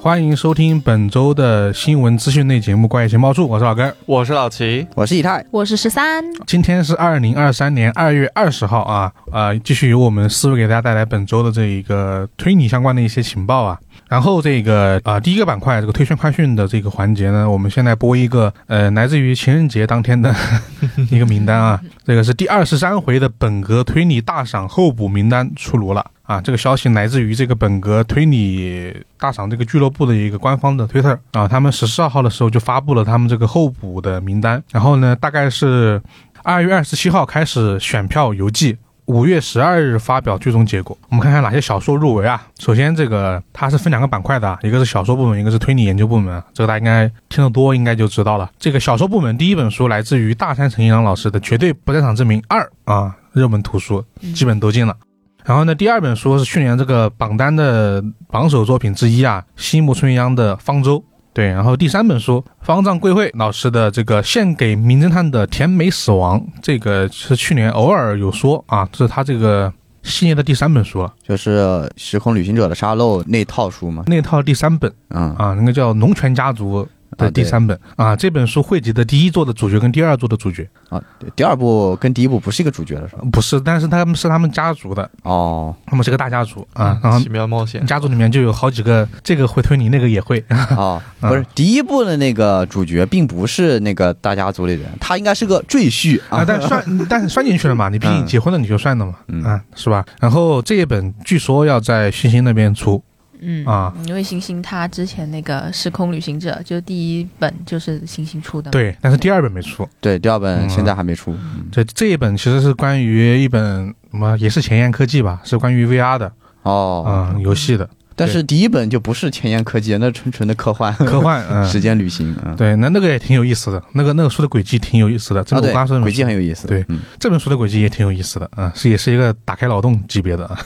欢迎收听本周的新闻资讯类节目《怪异情报处》，我是老根。我是老齐，我是以太，我是十三，今天是二零二三年二月二十号啊，呃，继续由我们思维给大家带来本周的这一个推理相关的一些情报啊。然后这个啊、呃第一个板块这个推圈快讯的这个环节呢，我们先来播一个呃，来自于情人节当天的 一个名单啊，这个是第二十三回的本格推理大赏候补名单出炉了啊。这个消息来自于这个本格推理大赏这个俱乐部的一个官方的推特啊，他们十四号的时候就发布了他们这个候补的名单，然后呢，大概是二月二十七号开始选票邮寄，五月十二日发表最终结果。我们看看哪些小说入围啊？首先，这个它是分两个板块的啊，一个是小说部门，一个是推理研究部门。啊这个大家应该听得多，应该就知道了。这个小说部门第一本书来自于大山诚一郎老师的《绝对不在场证明二》啊，热门图书，基本都进了。然后呢，第二本书是去年这个榜单的榜首作品之一啊，西木春央的《方舟》。对，然后第三本书方丈贵惠老师的这个《献给名侦探的甜美死亡》，这个是去年偶尔有说啊，这是他这个系列的第三本书了，就是《时空旅行者的沙漏》那套书嘛，那套第三本嗯，啊，那个叫《龙泉家族》的啊第对三本啊，这本书汇集的第一作的主角跟第二作的主角，呃对第二部跟第一部不是一个主角了，是吧？不是，但是他们是他们家族的，哦，他们是个大家族啊，然后奇妙冒险，家族里面就有好几个，这个会推理，那个也会， 哦，不是，第一部的那个主角并不是那个大家族里人，他应该是个赘婿啊， 啊。但算但算进去了嘛，你毕竟嗯结婚了，你就算了嘛，嗯啊，是吧？然后这一本据说要在星星那边出嗯啊，因为星星他之前那个《时空旅行者》就第一本就是星星出的，，对，但是第二本没出。 对，第二本嗯现在还没出。这这一本其实是关于一本什么，也是前沿科技吧，是关于 VR 的哦，啊、游戏的但是第一本就不是前沿科技，那纯纯的科幻，科 幻，嗯、时间旅行。嗯，对，那那个也挺有意思的，那个那个书的轨迹挺有意思的，这啊，个我对刚说，轨迹很有意思。对嗯，这本书的轨迹也挺有意思的啊，是也是一个打开脑洞级别的。 啊。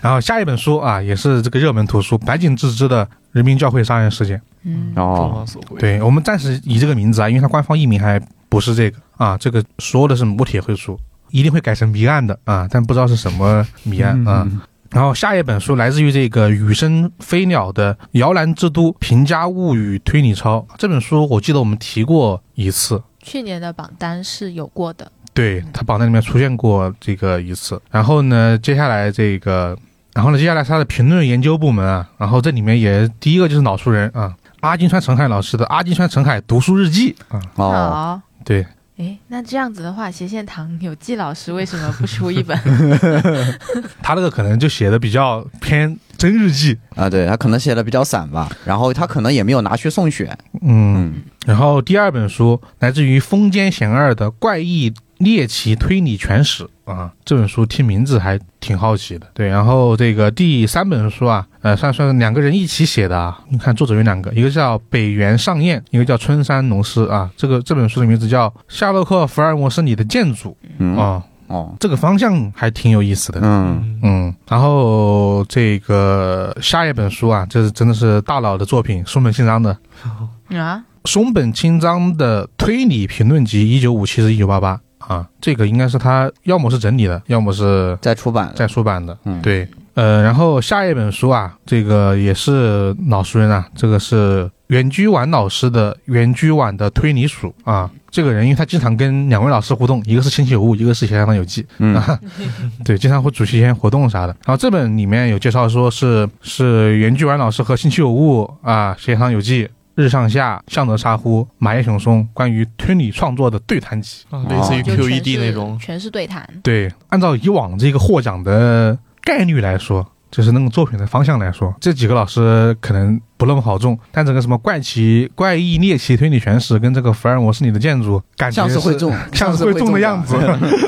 然后下一本书啊，也是这个热门图书，白井智之的《人民教会杀人事件》。嗯，众哦，望所归。对我们暂时以这个名字啊，因为它官方译名还不是这个啊，这个说的是母铁会书，一定会改成谜案的啊，但不知道是什么谜案啊。然后下一本书来自于这个羽生飞鸟的《摇篮之都平家物语推理抄》这本书，我记得我们提过一次，去年的榜单是有过的，对，它榜单里面出现过这个一次。然后呢，接下来这个，然后呢，接下来是它的评论研究部门啊，然后这里面也第一个就是老熟人啊，阿金川澄海老师的《阿金川澄海读书日记》啊，哦，好。对。诶，那这样子的话，斜线堂有纪老师为什么不出一本？他那个可能就写的比较偏真日记，啊，对他可能写的比较散吧，然后他可能也没有拿去送选。嗯。嗯，然后第二本书来自于风间贤二的《怪异猎奇推理全史》啊，这本书听名字还挺好奇的。对，然后这个第三本书啊，呃，算算两个人一起写的啊。你看作者有两个，一个叫北原上彦，一个叫春山龙司啊。这个这本书的名字叫《夏洛克·福尔摩斯里的建筑》嗯，啊，哦，这个方向还挺有意思的。嗯，嗯，然后这个下一本书啊，这是真的是大佬的作品，松本清张的啊，松本清张的《推理评论集》一九五七至一九八八啊，这个应该是他要么是整理的，要么是在出版了。再出版的。嗯对，呃，然后下一本书啊，这个也是老熟人啊，这个是原居晚老师的原居晚的推理署啊。这个人因为他经常跟两位老师互动，一个是星期五，一个是《斜上的游记》，啊嗯， 对，经常会主持一些活动啥的。然后这本里面有介绍说是是原剧丸老师和星期有物啊、斜堂有记、日上下、向德沙呼、马叶雄松关于推理创作的对谈集。啊，类似于哦就全 QED 是那种，全是对谈，对，按照以往这个获奖的概率来说。就是那个作品的方向来说，这几个老师可能不那么好中，但整个什么怪奇、怪异猎奇推理全史跟这个福尔摩斯里的建筑，感觉像是会 中，像是会中的样子，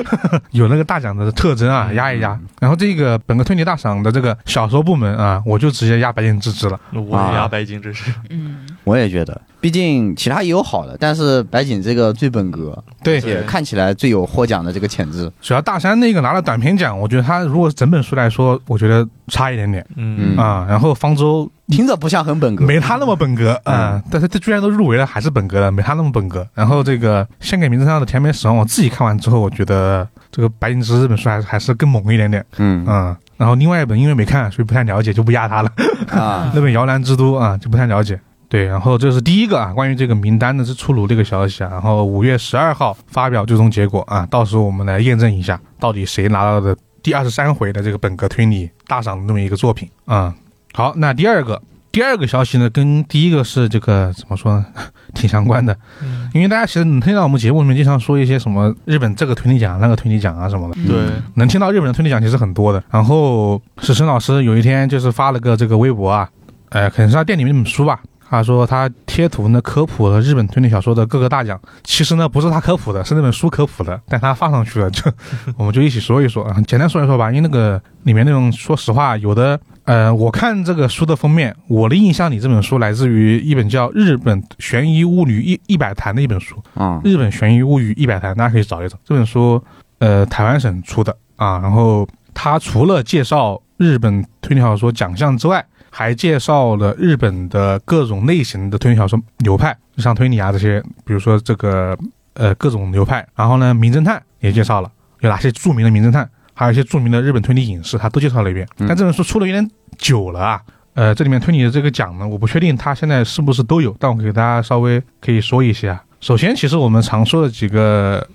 有那个大奖的特征啊，压一压。然后这个本科推理大赏的这个小说部门啊，我就直接压白眼之之了。我也压白金，这是嗯，我也觉得，毕竟其他也有好的，但是白景这个最本格，对对也看起来最有获奖的这个潜质。主要大山那个拿了短篇奖，我觉得他如果整本书来说，我觉得差一点点嗯嗯啊。然后方舟听着不像很本格，没他那么本格啊、嗯但是这居然都入围了，还是本格的，没他那么本格。然后这个《献给名侦探的甜美死亡》，我自己看完之后，我觉得这个《白银之》这本书还是还是更猛一点点，嗯 嗯。然后另外一本因为没看，所以不太了解，就不压它了。啊，那本《摇篮之都》啊，就不太了解。对，然后这是第一个啊，关于这个名单的是出炉这个消息啊，然后五月十二号发表最终结果啊，到时候我们来验证一下，到底谁拿到的第二十三回的这个本格推理大赏的那么一个作品啊、好，那第二个第二个消息呢，跟第一个是这个怎么说呢， 挺相关的，嗯因为大家其实能听到我们节目里面经常说一些什么日本这个推理奖、那个推理奖啊什么的，嗯对，能听到日本的推理奖其实很多的。然后史深老师有一天就是发了个这个微博啊，呃，可能是他店里面那本书吧。他说他贴图呢科普了日本推理小说的各个大奖，其实呢不是他科普的，是那本书科普的，但他放上去了，就我们就一起说一说啊，简单说一说吧，因为那个里面内容，说实话，有的呃，我看这个书的封面，我的印象里这本书来自于一本叫《日本悬疑物语一一百谈》的一本书，啊 《日本悬疑物语一百谈》，大家可以找一找这本书，呃，台湾省出的啊。然后它除了介绍日本推理小说奖项之外，还介绍了日本的各种类型的推理小说流派，就像推理啊这些，比如说这个呃各种流派。然后呢，名侦探也介绍了有哪些著名的名侦探，还有一些著名的日本推理影视，他都介绍了一遍。嗯但这本书出了有点久了啊。呃，这里面推理的这个奖呢，我不确定它现在是不是都有，但我给大家稍微可以说一下。首先，其实我们常说的几个，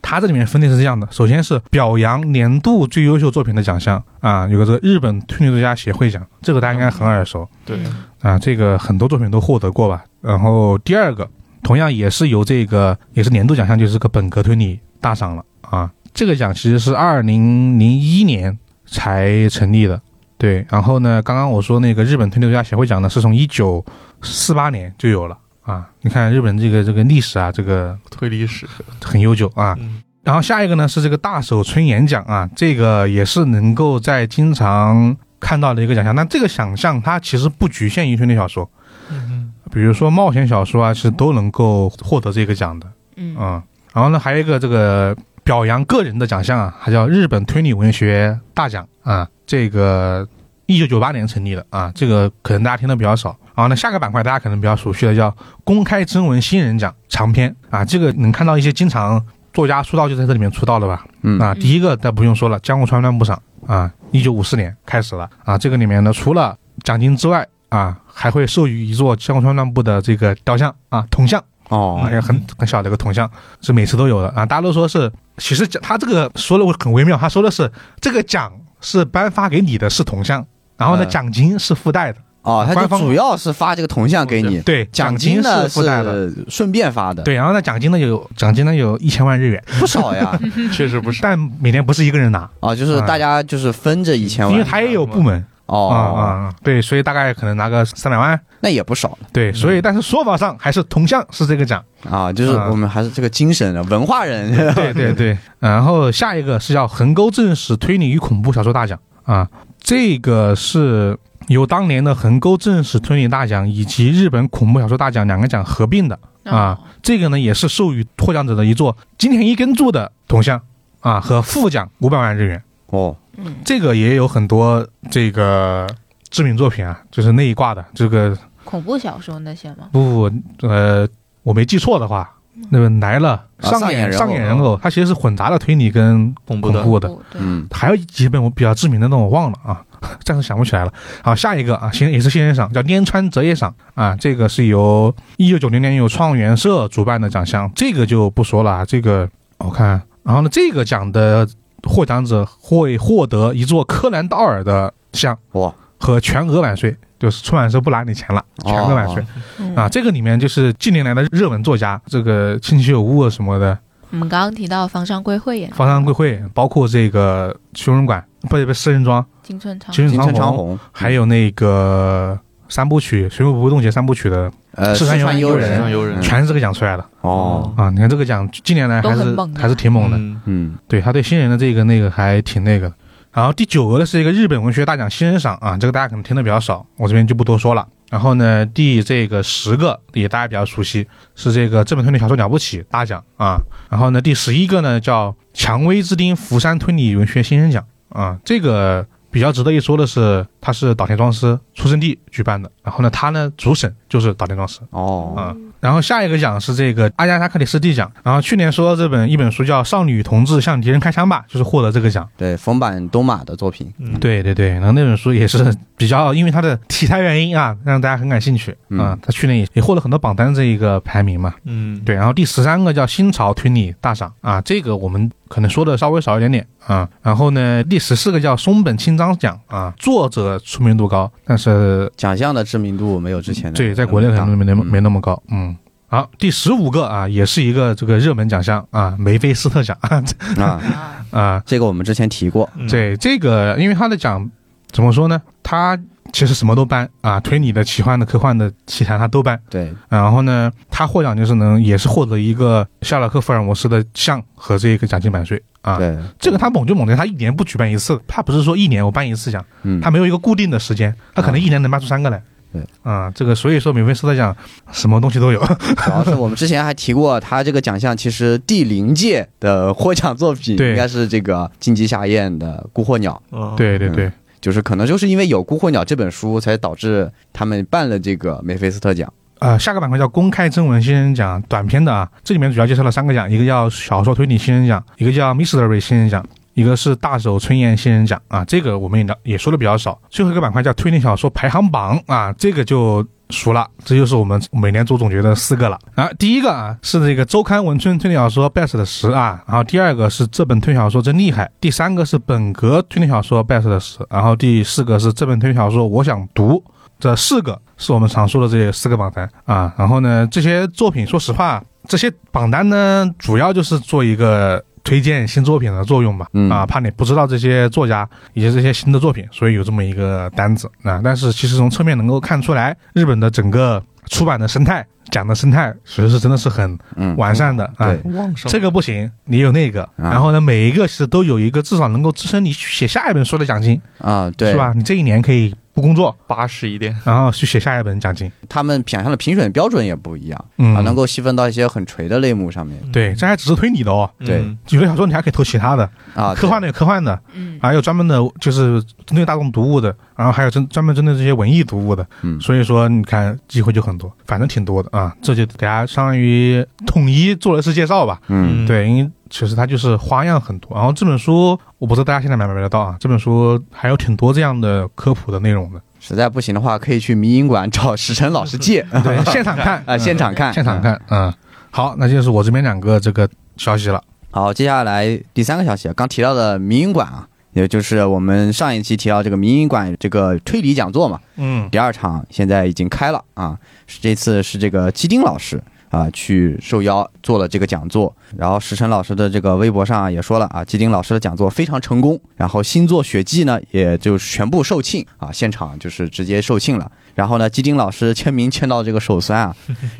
它这里面分类是这样的：首先是表扬年度最优秀作品的奖项啊，有个这个日本推理作家协会奖，这个大家应该很耳熟。对，啊，这个很多作品都获得过吧。然后第二个，同样也是由这个也是年度奖项，就是个本格推理大赏了啊。这个奖其实是二零零一年才成立的，对。然后呢，刚刚我说那个日本推理作家协会奖呢，是从一九四八年就有了啊。你看日本这个这个历史啊，这个推理史，很悠久啊。嗯，然后下一个呢是这个大手村演讲啊，这个也是能够在经常看到的一个奖项。那这个奖项它其实不局限于推理小说，嗯比如说冒险小说啊，是都能够获得这个奖的，嗯嗯。然后呢，还有一个这个表扬个人的奖项啊，还叫日本推理文学大奖啊，这个一九九八年成立的啊，这个可能大家听的比较少。然后呢，下个板块大家可能比较熟悉的叫公开征文新人奖长篇啊，这个能看到一些经常作家出道就在这里面出道了吧？嗯啊，第一个那不用说了，江户川乱步赏啊，一九五四年开始了啊，这个里面呢，除了奖金之外啊，还会授予一座江户川乱步的这个雕像啊，铜像。哦啊，也很很小的一个铜像，是每次都有的啊。大家都说是，其实他这个说的我很微妙，他说的是这个奖是颁发给你的是铜像，然后呢嗯奖金是附带的，哦，他官就方主要是发这个铜像给你，对，奖金呢附带的，是顺便发的，，对。然后呢奖金呢有奖金呢有一千万日元，不少 呀。嗯确实不是，但每年不是一个人拿，啊，就是大家就是分着一千因为万，他也有部门啊哦，啊，对，所以大概可能拿个三百万，那也不少了对。所以但是说法上还是铜像是这个奖。啊，就是嗯我们还是这个精神的文化 人，对对对，然后下一个是叫横沟正史推理与恐怖小说大奖啊，这个是由当年的横沟正史推理大奖以及日本恐怖小说大奖两个奖合并的啊，这个呢也是授予获奖者的一座金田一耕助的铜像啊和副奖五百万日元，哦，嗯这个也有很多这个知名作品啊，就是那一挂的这个恐怖小说那些吗？不不呃，我没记错的话。那个来了，啊上上演演人偶上演人偶，它其实是混杂了推理跟恐怖恐的，怖的，不哦对，嗯，还有几本我比较知名的，但我忘了啊， 暂时想不起来了。好，下一个啊，新也是新人赏，叫滇川哲也赏啊，这个是由一九九零年由创元社主办的奖项，这个就不说了啊。这个我看，然后呢，这个奖的获奖者会获得一座柯南道尔的像哇，和全额版税，就是出版社不拿你钱了，全额版税、嗯啊。这个里面就是近年来的热门作家，这个清崎有物啊什么的，我们刚刚提到方尚贵会演方山贵会，包括这个修人馆，不不，私人庄。金春昌，青金城城长长虹，虹，还有那个三部曲《水浒不动节》三部曲的，呃，四川川悠悠人上游人嗯，全是这个奖出来的哦，啊！你看这个奖近年来还嗯都是很猛的还是挺猛的，嗯嗯，对他对新人的这个那个还挺那个的。然后第九个呢是一个日本文学大奖新人赏啊，这个大家可能听的比较少，我这边就不多说了。然后呢，第这个十个也大家比较熟悉，是这个这本推理小说了不起大奖啊。然后呢，第十一个呢叫蔷薇之町福山推理文学新人奖啊，这个比较值得一说的是，他是岛田庄司出生地举办的，然后呢，他呢主审就是岛田庄司。哦，啊、然后下一个奖是这个阿加莎·克里斯蒂奖。然后去年说到这本一本书叫《少女同志向敌人开枪吧》，就是获得这个奖。对，冯坂东马的作品，嗯，对对对，然后那本书也是比较，因为它的题材原因啊，让大家很感兴趣嗯啊。他去年也也获了很多榜单这一个排名嘛。嗯，对，然后第十三个叫新潮推理大赏啊，这个我们可能说的稍微少一点点啊。然后呢，第十四个叫松本清张奖啊，作者出名度高，但是奖项的知名度没有之前的嗯对，在国内可能没那么没嗯那么高，嗯。好，第十五个啊，也是一个这个热门奖项啊，梅菲斯特奖啊。啊，啊，这个我们之前提过，嗯，对这个，因为他的奖怎么说呢？他其实什么都搬啊，推理的、奇幻的、科幻的、奇谈他都搬。对，然后呢，他获奖就是能也是获得一个夏洛克·福尔摩斯的像和这个奖金版税啊。对，这个他猛就猛在，他一年不举办一次，他不是说一年我办一次奖，嗯啊他，没有一个固定的时间，他可能一年能办出三个来。对，啊，这个所以说免费斯特奖什么东西都有。主要是我们之前还提过，他这个奖项其实第零届的获奖作品 对应该是这个金鸡下咽的《孤惑鸟嗯，对对对，》，就是可能就是因为有《孤惑鸟》这本书，才导致他们办了这个梅菲斯特奖。呃，下个板块叫公开征文新人奖，短篇的啊，这里面主要介绍了三个奖，一个叫小说推理新人奖，一个叫 mystery 新人奖，一个是大手春彦新人奖啊，这个我们也聊也说的比较少。最后一个板块叫推理小说排行榜啊，这个就熟了，这就是我们每年做总结的四个了。啊，第一个啊是这个周刊文春推理小说 best 的十啊，然后第二个是这本推理小说真厉害，第三个是本格推理小说 best 的十，然后第四个是这本推理小说我想读这四个是我们常说的这四个榜单啊。然后呢，这些作品，说实话，这些榜单呢，主要就是做一个推荐新作品的作用吧。嗯啊，怕你不知道这些作家以及这些新的作品，所以有这么一个单子啊。但是其实从侧面能够看出来，日本的整个出版的生态、讲的生态，其实是真的是很嗯，完善的啊。对，啊旺盛，这个不行，你有那个，然后呢，每一个是都有一个至少能够支撑你去写下一本书的奖金，啊，对，是吧？你这一年可以不工作，八十一点，然后去写下一本奖金。他们奖项的评选标准也不一样嗯，啊，能够细分到一些很垂的类目上面对，这还只是推理的哦。嗯对嗯有的小说你还可以投其他的，啊。科幻对的有科幻的，嗯，还有专门的，就是针对大众读物的，然后还有针专门针对这些文艺读物的。嗯所以说你看机会就很多，反正挺多的啊。这就给大家相当于统一做了一次介绍吧。嗯，对，因为其实它就是花样很多。然后这本书我不知道大家现在买不买得到啊，这本书还有挺多这样的科普的内容 的。实在不行的话，可以去迷影馆找石晨老师借 对，现场看 啊，现场看，现场看，嗯。好，那就是我这边两个这个消息了。好，接下来第三个消息，刚提到的民营馆啊，也就是我们上一期提到这个民营馆这个推理讲座嘛，嗯，第二场现在已经开了啊，是这次是这个基丁老师啊去受邀做了这个讲座，然后石晨老师的这个微博上啊也说了啊，基丁老师的讲座非常成功，然后新作《血迹》呢也就全部售罄啊，现场就是直接售罄了。然后呢，基丁老师签名签到这个手酸啊，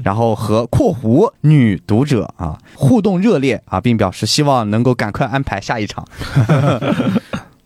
然后和（括弧）女读者啊互动热烈啊，并表示希望能够赶快安排下一场。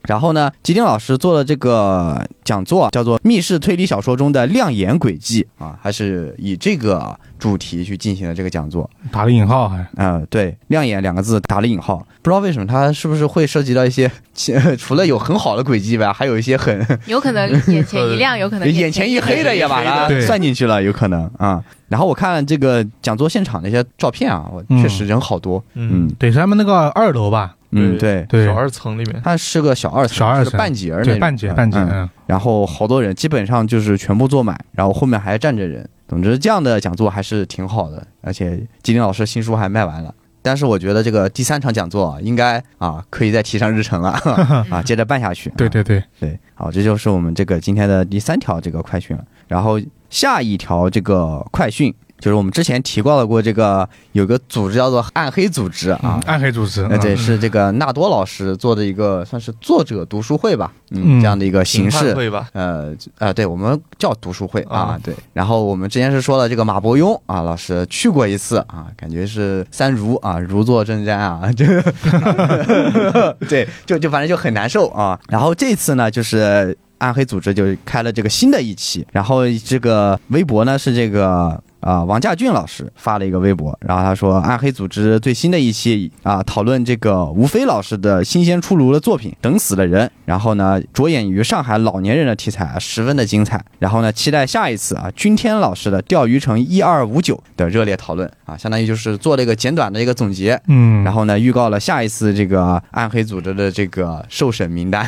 然后呢，吉丁老师做了这个讲座，叫做《密室推理小说中的亮眼轨迹》啊，还是以这个主题去进行的这个讲座。打了引号还。嗯，对，亮眼两个字打了引号，不知道为什么它是不是会涉及到一些，其除了有很好的轨迹外，还有一些很有可能眼前一亮，有可 能眼前一黑的也把它对算进去了，有可能啊、然后我看这个讲座现场那些照片啊，我嗯确实人好多，嗯，嗯对，是他们那个二楼吧，嗯，对对，对小二层里面，它是个小二层，小二是层个半截儿那对，种半截嗯半截，嗯嗯，然后好多人基本上就是全部坐满，然后后面还站着人。总之，这样的讲座还是挺好的，而且吉林老师新书还卖完了。但是我觉得这个第三场讲座啊，应该啊可以再提上日程了啊，接着办下去。对对对，对，好，这就是我们这个今天的第三条这个快讯了。然后下一条这个快讯就是我们之前提到的过这个有个组织叫做暗黑组织啊嗯，暗黑组织，那这嗯是这个纳多老师做的一个算是作者读书会吧，嗯嗯，这样的一个形评判式。会吧，呃呃，对我们叫读书会啊啊，对。然后我们之前是说了这个马伯庸啊老师去过一次啊，感觉是三如啊，如坐针毡啊，这个 对，就就反正就很难受啊。然后这次呢，就是暗黑组织就开了这个新的一期，然后这个微博呢是这个。啊、王家俊老师发了一个微博，然后他说暗黑组织最新的一期啊、讨论这个吴飞老师的新鲜出炉的作品《等死的人》，然后呢着眼于上海老年人的题材啊，十分的精彩。然后呢期待下一次啊君天老师的《钓鱼城一二五九》的热烈讨论啊，相当于就是做了一个简短的一个总结。嗯，然后呢，预告了下一次这个暗黑组织的这个受审名单。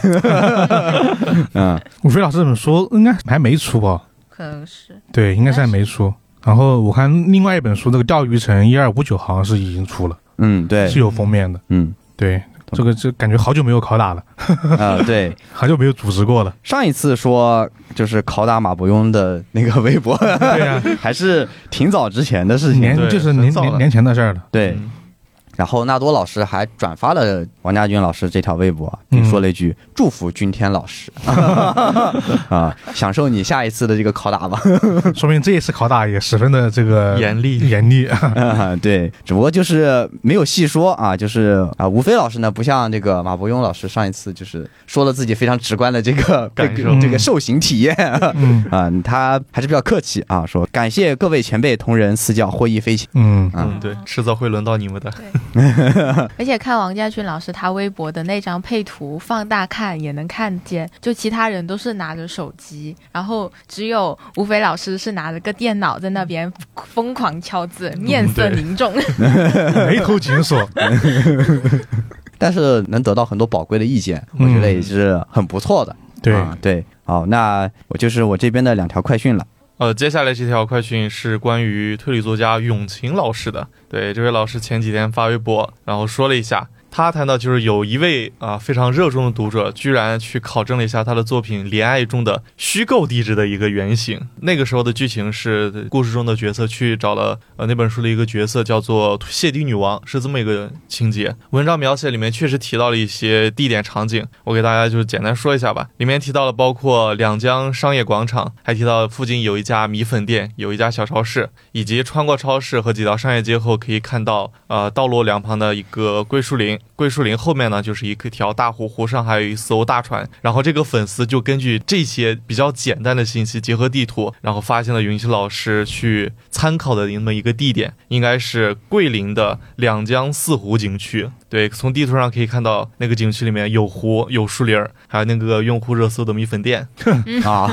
嗯，武飞老师这么说，应该还没出吧？可能是对，应该是还没出。然后我看另外一本书，那个《钓鱼城一二五九》好像是已经出了， 嗯，对是，有封面的。嗯，对，这个这感觉好久没有拷打了， 啊、对，好久没有组织过 了。上一次说就是拷打马伯庸的那个微博， 对呀、还是挺早之前的事年情。对就是很年早年了年前的事儿了。对，嗯然后纳多老师还转发了王家军老师这条微博，并嗯说了一句：“祝福君天老师 啊，享受你下一次的这个拷打吧。”说明这一次拷打也十分的这个严厉 严厉。啊， 对，只不过就是没有细说啊，就是啊，吴飞老师呢，不像这个马伯庸老师上一次就是说了自己非常直观的这个这感个受这个受刑体验嗯啊，他还是比较客气啊，说感谢各位前辈同仁赐教获益匪浅。嗯啊嗯，对，迟早会轮到你们的。而且看王家俊老师他微博的那张配图放大看也能看见，就其他人都是拿着手机，然后只有吴飞老师是拿着个电脑在那边疯狂敲字，面色对凝重。眉头紧锁。但是能得到很多宝贵的意见，嗯我觉得也是很不错的。对，啊、对，好，那我就是我这边的两条快讯了。呃，接下来这条快讯是关于推理作家永晴老师的。对，这位老师前几天发微博，然后说了一下，他谈到就是有一位啊、非常热衷的读者，居然去考证了一下他的作品《怜爱》中的虚构地址的一个原型。那个时候的剧情是故事中的角色去找了呃那本书的一个角色叫做谢帝女王，是这么一个情节。文章描写里面确实提到了一些地点场景，我给大家就是简单说一下吧。里面提到了包括两江商业广场，还提到附近有一家米粉店，有一家小超市，以及穿过超市和几条商业街后可以看到，呃，道路两旁的一个桂树林，桂树林后面呢就是一个条大湖，湖上还有一艘大船。然后这个粉丝就根据这些比较简单的信息，结合地图，然后发现了云溪老师去参考的那么一个地点，应该是桂林的两江四湖景区。对，从地图上可以看到那个景区里面有湖、有树林儿，还有那个用户热搜的米粉店。啊，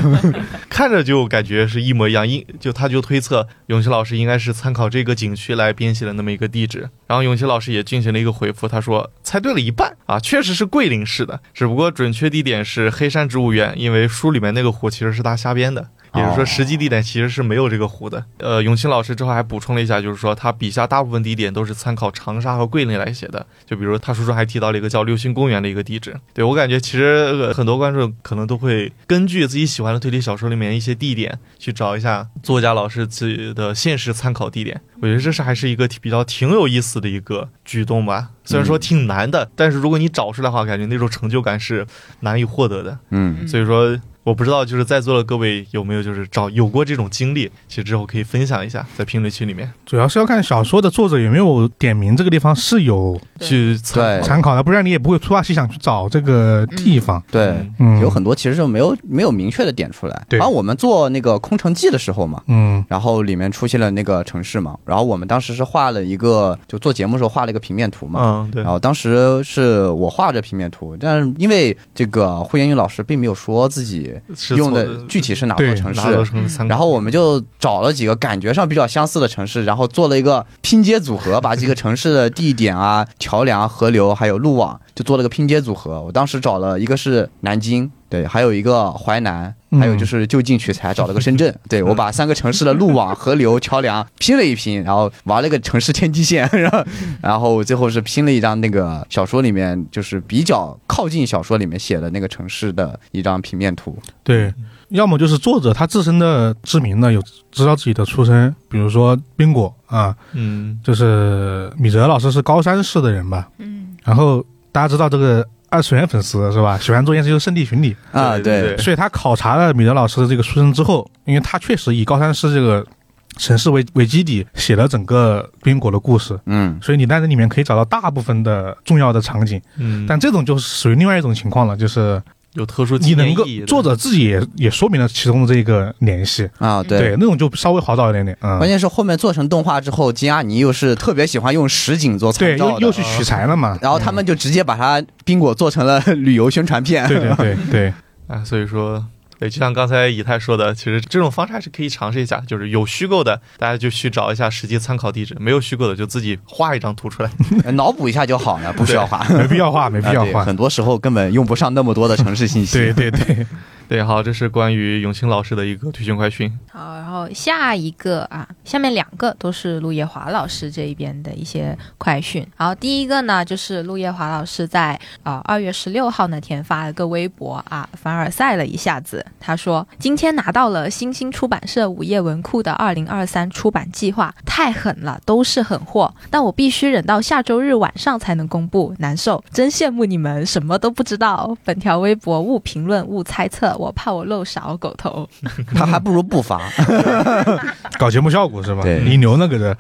看着就感觉是一模一样，应就他就推测永琪老师应该是参考这个景区来编写的那么一个地址。然后永琪老师也进行了一个回复，他说猜对了一半啊，确实是桂林市的，只不过准确地点是黑山植物园，因为书里面那个湖其实是他瞎编的。也就是说，哦实际地点其实是没有这个湖的。呃，永清老师之后还补充了一下，就是说他笔下大部分地点都是参考长沙和桂林来写的。就比如他书中还提到了一个叫六星公园的一个地址。对我感觉，其实、呃很多观众可能都会根据自己喜欢的推理小说里面一些地点去找一下作家老师自己的现实参考地点。我觉得这是还是一个挺比较挺有意思的一个举动吧。虽然说挺难的，但是如果你找出来的话，感觉那种成就感是难以获得的。嗯，所以说，我不知道就是在座的各位有没有就是找有过这种经历，其实之后可以分享一下，在评论区里面主要是要看小说的作者有没有点名这个地方是有对去参对考。参考的，不然你也不会突发奇想去找这个地方。对。嗯，有很多其实就没有没有明确的点出来，对然后我们做那个《空城计》的时候嘛，嗯然后里面出现了那个城市嘛，然后我们当时是画了一个，就做节目时候画了一个平面图嘛。嗯，对然，后当时是我画着平面图，但是因为这个胡延宇老师并没有说自己嗯是用从的具体是哪座对城拿到市，成参考。然后我们就找了几个感觉上比较相似的城市，然后做了一个拼接组合，把几个城市的地点啊、 桥梁、河流还有路网就做了个拼接组合。我当时找了一个是南京，对，还有一个淮南，嗯还有就是就近取材找了个深圳。对我把三个城市的路网、河流、桥梁拼了一拼，然后玩了一个城市天际线，然后然后最后是拼了一张那个小说里面就是比较靠近小说里面写的那个城市的一张平面图。对，要么就是作者他自身的知名呢，有知道自己的出身，比如说冰果啊，嗯，就是米哲老师是高山市的人吧，嗯，然后大家知道这个二次元粉丝是吧，喜欢做一件事就是圣地巡礼，啊，对对对对所以他考察了米德老师的这个出身之后，因为他确实以高山市这个城市为为基底写了整个冰果的故事，嗯，所以你在这里面可以找到大部分的重要的场景。嗯，但这种就是属于另外一种情况了，就是有特殊你纪念能够意义的。作者自己也也说明了其中的这个联系，啊，对那种就稍微好找一点点，嗯关，键是后面做成动画之后，吉阿尼又是特别喜欢用实景做对，参照又的，又去取材了嘛，然后他们就直接把它冰果做成了 旅游宣传片。对对对对，啊，所以说，对，就像刚才以太说的，其实这种方式还是可以尝试一下，就是有虚构的，大家就去找一下实际参考地址；没有虚构的，就自己画一张图 出来。脑补一下就好了，不需要画。没必要画，没必要啊对画，很多时候根本用不上那么多的城市信息。对对对，对，好，这是关于永清老师的一个推荐快讯。好，然后下一个啊，下面两个都是陆夜华老师这一边的一些快讯。然后第一个呢，就是陆夜华老师在啊二、月十六号那天发了个微博啊，凡尔赛了一下子。他说：“今天拿到了新兴出版社午夜文库的二零二三出版计划，太狠了，都是狠货。但我必须忍到下周日晚上才能公布，难受，真羡慕你们，什么都不知道。本条微博勿评论，勿猜测，我怕我漏勺狗头。”他还不如不发。 搞节目效果是吧？对你牛那个人，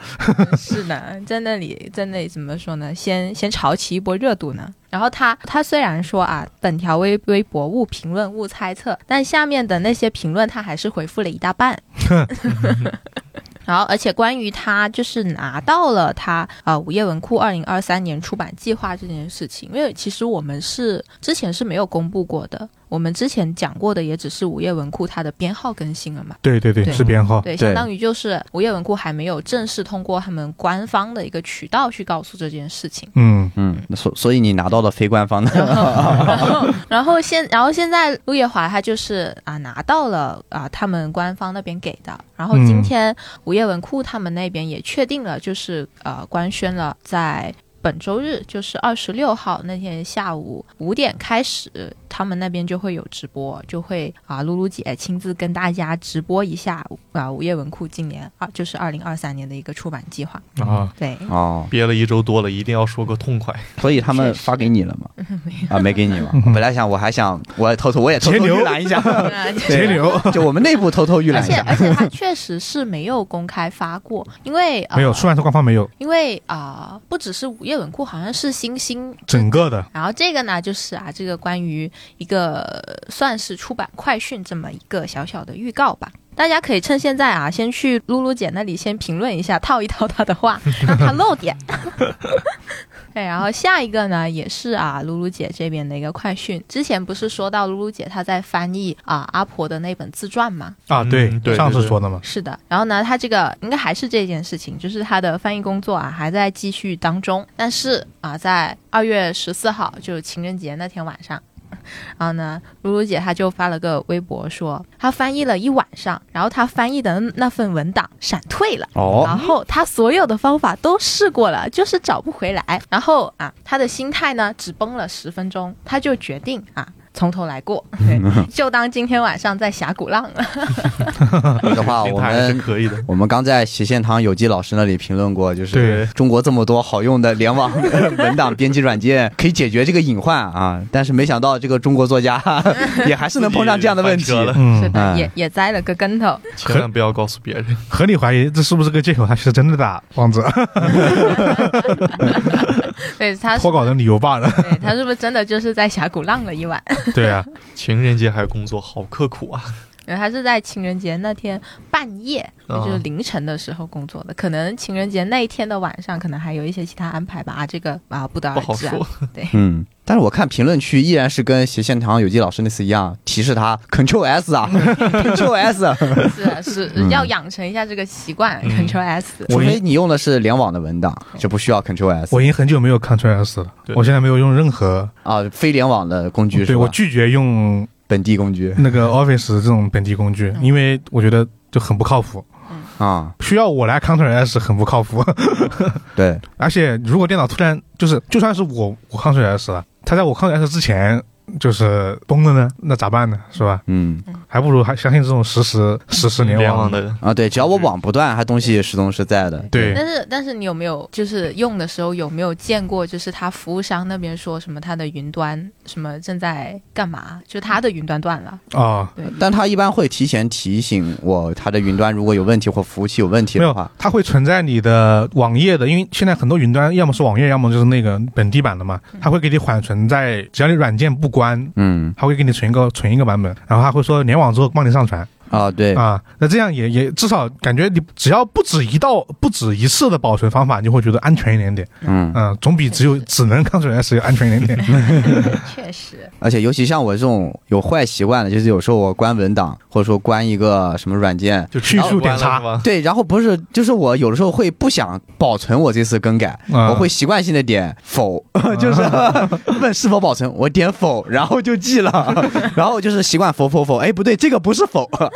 是的，在那里，在那里怎么说呢？先先炒起一波热度呢。然后他他虽然说啊，本条微微博勿评论勿猜测，但下面的那些评论他还是回复了一大半。 然后，而且关于他就是拿到了他啊、呃午夜文库二零二三年出版计划这件事情，因为其实我们是之前是没有公布过的，我们之前讲过的也只是午夜文库它的编号更新了嘛。对对哦对，对是编号，对，对相当于就是午夜文库还没有正式通过他们官方的一个渠道去告诉这件事情。嗯，嗯，那所所以你拿到了非官方的，然后，然后现，然后现在陆夜华他就是啊拿到了啊他们官方那边给的，然后今嗯天午夜文库他们那边也确定了，就是呃官宣了在。本周日就是二十六号那天下午五点开始，他们那边就会有直播，就会啊，露露姐亲自跟大家直播一下啊，午夜文库今年啊，就是二零二三年的一个出版计划。啊，对，哦，憋了一周多了，一定要说个痛快。所以他们发给你了吗？啊，没给你吗？本来想我还想我也偷偷我也偷嗯偷截流预览一下， 啊就是截流就我们内部偷偷预而览一且下。而且他确实是没有公开发过，因为、呃、没有，出版社官方没有因为啊、呃不只是午夜文库，好像是星星。整个的，然后这个呢，就是啊，这个关于一个呃算是出版快讯这么一个小小的预告吧。大家可以趁现在啊，先去露露姐那里先评论一下，套一套她的话，让她露点。 对，然后下一个呢，也是啊，露露姐这边的一个快讯。之前不是说到露露姐她在翻译啊阿婆的那本自传吗？啊，对嗯对上次对对说的嘛，是的，然后呢，他这个应该还是这件事情，就是他的翻译工作啊还在继续当中，但是啊，在二月十四号，就是情人节那天晚上。 然后呢，露露姐她就发了个微博说，她翻译了一晚上，然后她翻译的那份文档闪退了。哦然后他所有的方法都试过了，就是找不回来。然后啊，他的心态呢只崩了十分钟，他就决定啊从头来过， 对就当今天晚上在峡谷浪了。的话，心啊我态还是们可以的。我们刚在斜线堂有机老师那里评论过，就是对中国这么多好用的联网文档编辑软件，可以解决这个隐患啊！但是没想到这个中国作家 也还是能碰上这样的问自题己。翻车了是嗯，的，嗯也也栽了个跟头。千万不要告诉别人。 合理怀疑这是不是个借口？他是真的打王者对他是，脱稿的理由罢 了，对他是不是真的就是在峡谷浪了一晚？对啊，情人节还工作，好刻苦啊！然后他是在情人节那天半夜，也哦就是凌晨的时候工作的。可能情人节那一天的晚上，可能还有一些其他安排吧。啊，这个啊，不得不而好知、啊。说。嗯，但是我看评论区依然是跟斜线堂有机老师那次一样，提示他 Control S 啊 ，Control S，是啊是要养成一下这个习惯。Ctrl 嗯 S，除非你用的是联网的文档，就不需要 Control S 我已经很久没有 Ctrl S 了，对我现在没有用任何，啊，非联网的工具是对我嗯吧？拒绝用本地工具那个 Office 这种本地工具，因为我觉得就很不靠谱，啊，需要我来 Ctrl S 很不靠谱。对，而且如果电脑突然就是，就算是我我 Ctrl S 了，它在我 Ctrl S 之前就是崩了呢，那咋办呢？是吧？嗯，还不如还相信这种实时实时联联网网。的啊，对，只要我网不断，它东西始终是在的。对但是但是你有没有就是用的时候有没有见过，就是他服务商那边说什么他的云端什么正在干嘛，就他的云端 断了， 啊，对，但它一般会提前提醒我，它的云端如果有问题或服务器有问题没的有话，，它会存在你的网页的，因为现在很多云端要么是网页，要么就是那个本地版的嘛，它会给你缓存在，只要你软件不关，嗯它会给你存一个存一个版本，然后它会说联网之后帮你上传啊，对，啊。那这样也也至少感觉你只要不止一道不止一次的保存方法，你就会觉得安全一点点。嗯，嗯，总比只有只能抗水来使用安全一点 点。确实，而且尤其像我这种有坏习惯的，就是有时候我关文档或者说关一个什么软件，就迅速点差差吗？对，然后不是，就是我有的时候会不想保存我这次更改，啊我会习惯性的点否， 就是问是否保存，我点否，然后就记了， 然后就是习惯否否否，哎，不对，这个不是否，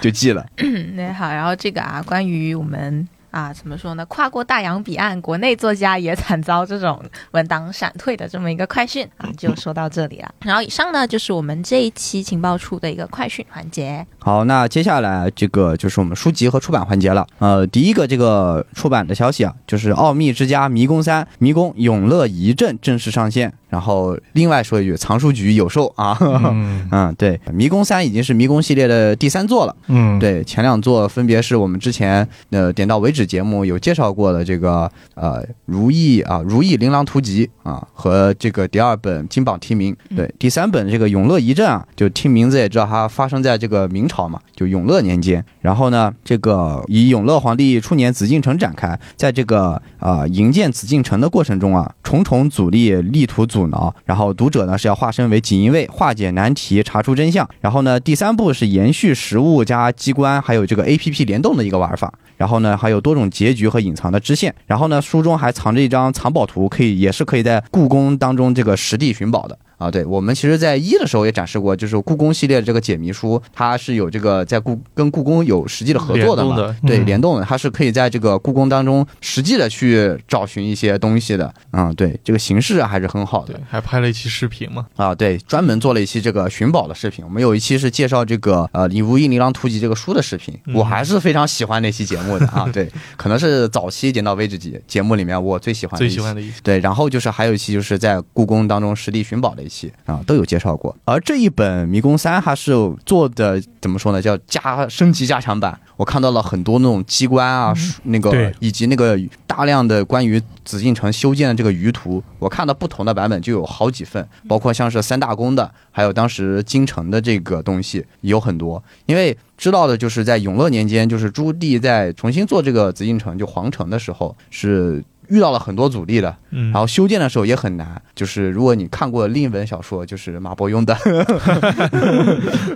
就记了。嗯，那好，然后这个啊，关于我们。啊，怎么说呢？跨过大洋彼岸，国内作家也惨遭这种文档闪退的这么一个快讯啊，就说到这里了。然后以上呢，就是我们这一期情报处的一个快讯环节。好，那接下来这个就是我们书籍和出版环节了。呃，第一个这个出版的消息啊，就是《奥秘之家：迷宫三》《迷宫永乐遗阵》正式上线。然后另外说一句，藏书局有售啊。嗯嗯，对，《迷宫三》已经是《迷宫》系列的第三作了。嗯，对，前两座分别是我们之前呃点到为止节目有介绍过的这个呃如意啊如意琳琅图集啊和这个第二本金榜题名，对，第三本这个永乐遗阵啊，就听名字也知道它发生在这个明朝嘛，就永乐年间。然后呢，这个以永乐皇帝初年紫禁城展开，在这个啊营建紫禁城的过程中啊，重重阻力力图阻挠，然后读者呢是要化身为锦衣卫，化解难题，查出真相。然后呢，第三部是延续实物加机关还有这个 A P P 联动的一个玩法。然后呢，还有多种结局和隐藏的支线。然后呢，书中还藏着一张藏宝图，可以也是可以在故宫当中这个实地寻宝的。啊，对，我们其实，在一的时候也展示过，就是故宫系列这个解谜书，它是有这个在故跟故宫有实际的合作的联动嘛，的对，嗯联动的，它是可以在这个故宫当中实际的去找寻一些东西的。嗯，对，这个形式还是很好的对。，还拍了一期视频嘛，啊，对，专门做了一期这个寻宝的视频。我们有一期是介绍这个呃《李无印琳琅图集》这个书的视频，嗯我还是非常喜欢那期节目的啊。对，可能是早期点到为止节节目里面我最喜欢的最一期喜。欢的一期。对，然后就是还有一期就是在故宫当中实地寻宝的一期啊，都有介绍过。而这一本《迷宫三》它是做的怎么说呢？叫加升级加强版。我看到了很多那种机关啊，书那个对以及那个大量的关于紫禁城修建的这个舆图，我看到不同的版本就有好几份，包括像是三大宫的，还有当时京城的这个东西有很多。因为知道的就是在永乐年间，就是朱棣在重新做这个紫禁城就皇城的时候是。遇到了很多阻力的，嗯，然后修建的时候也很难，就是如果你看过另一本小说，就是马伯庸 的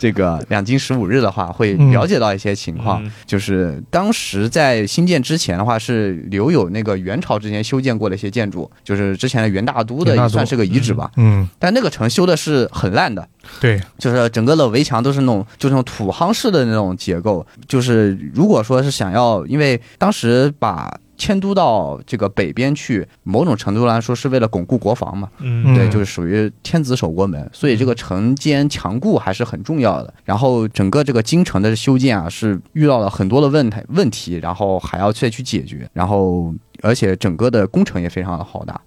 这个《两京十五日》的话，会了解到一些情况。嗯就是当时在新建之前的话，是留有那个元朝之前修建过的一些建筑，就是之前的元大都的元大都也算是个遗址吧。嗯，但那个城修的是很烂的，对，就是整个的围墙都是那种就是那种土夯式的那种结构。就是如果说是想要，因为当时把迁都到这个北边去，某种程度来说是为了巩固国防嘛。嗯，对，就是是属于天子守国门，所以这个城坚强固还是很重要的。然后整个这个京城的修建啊，是遇到了很多的问题问题，然后还要再去解决。然后而且整个的工程也非常的浩大，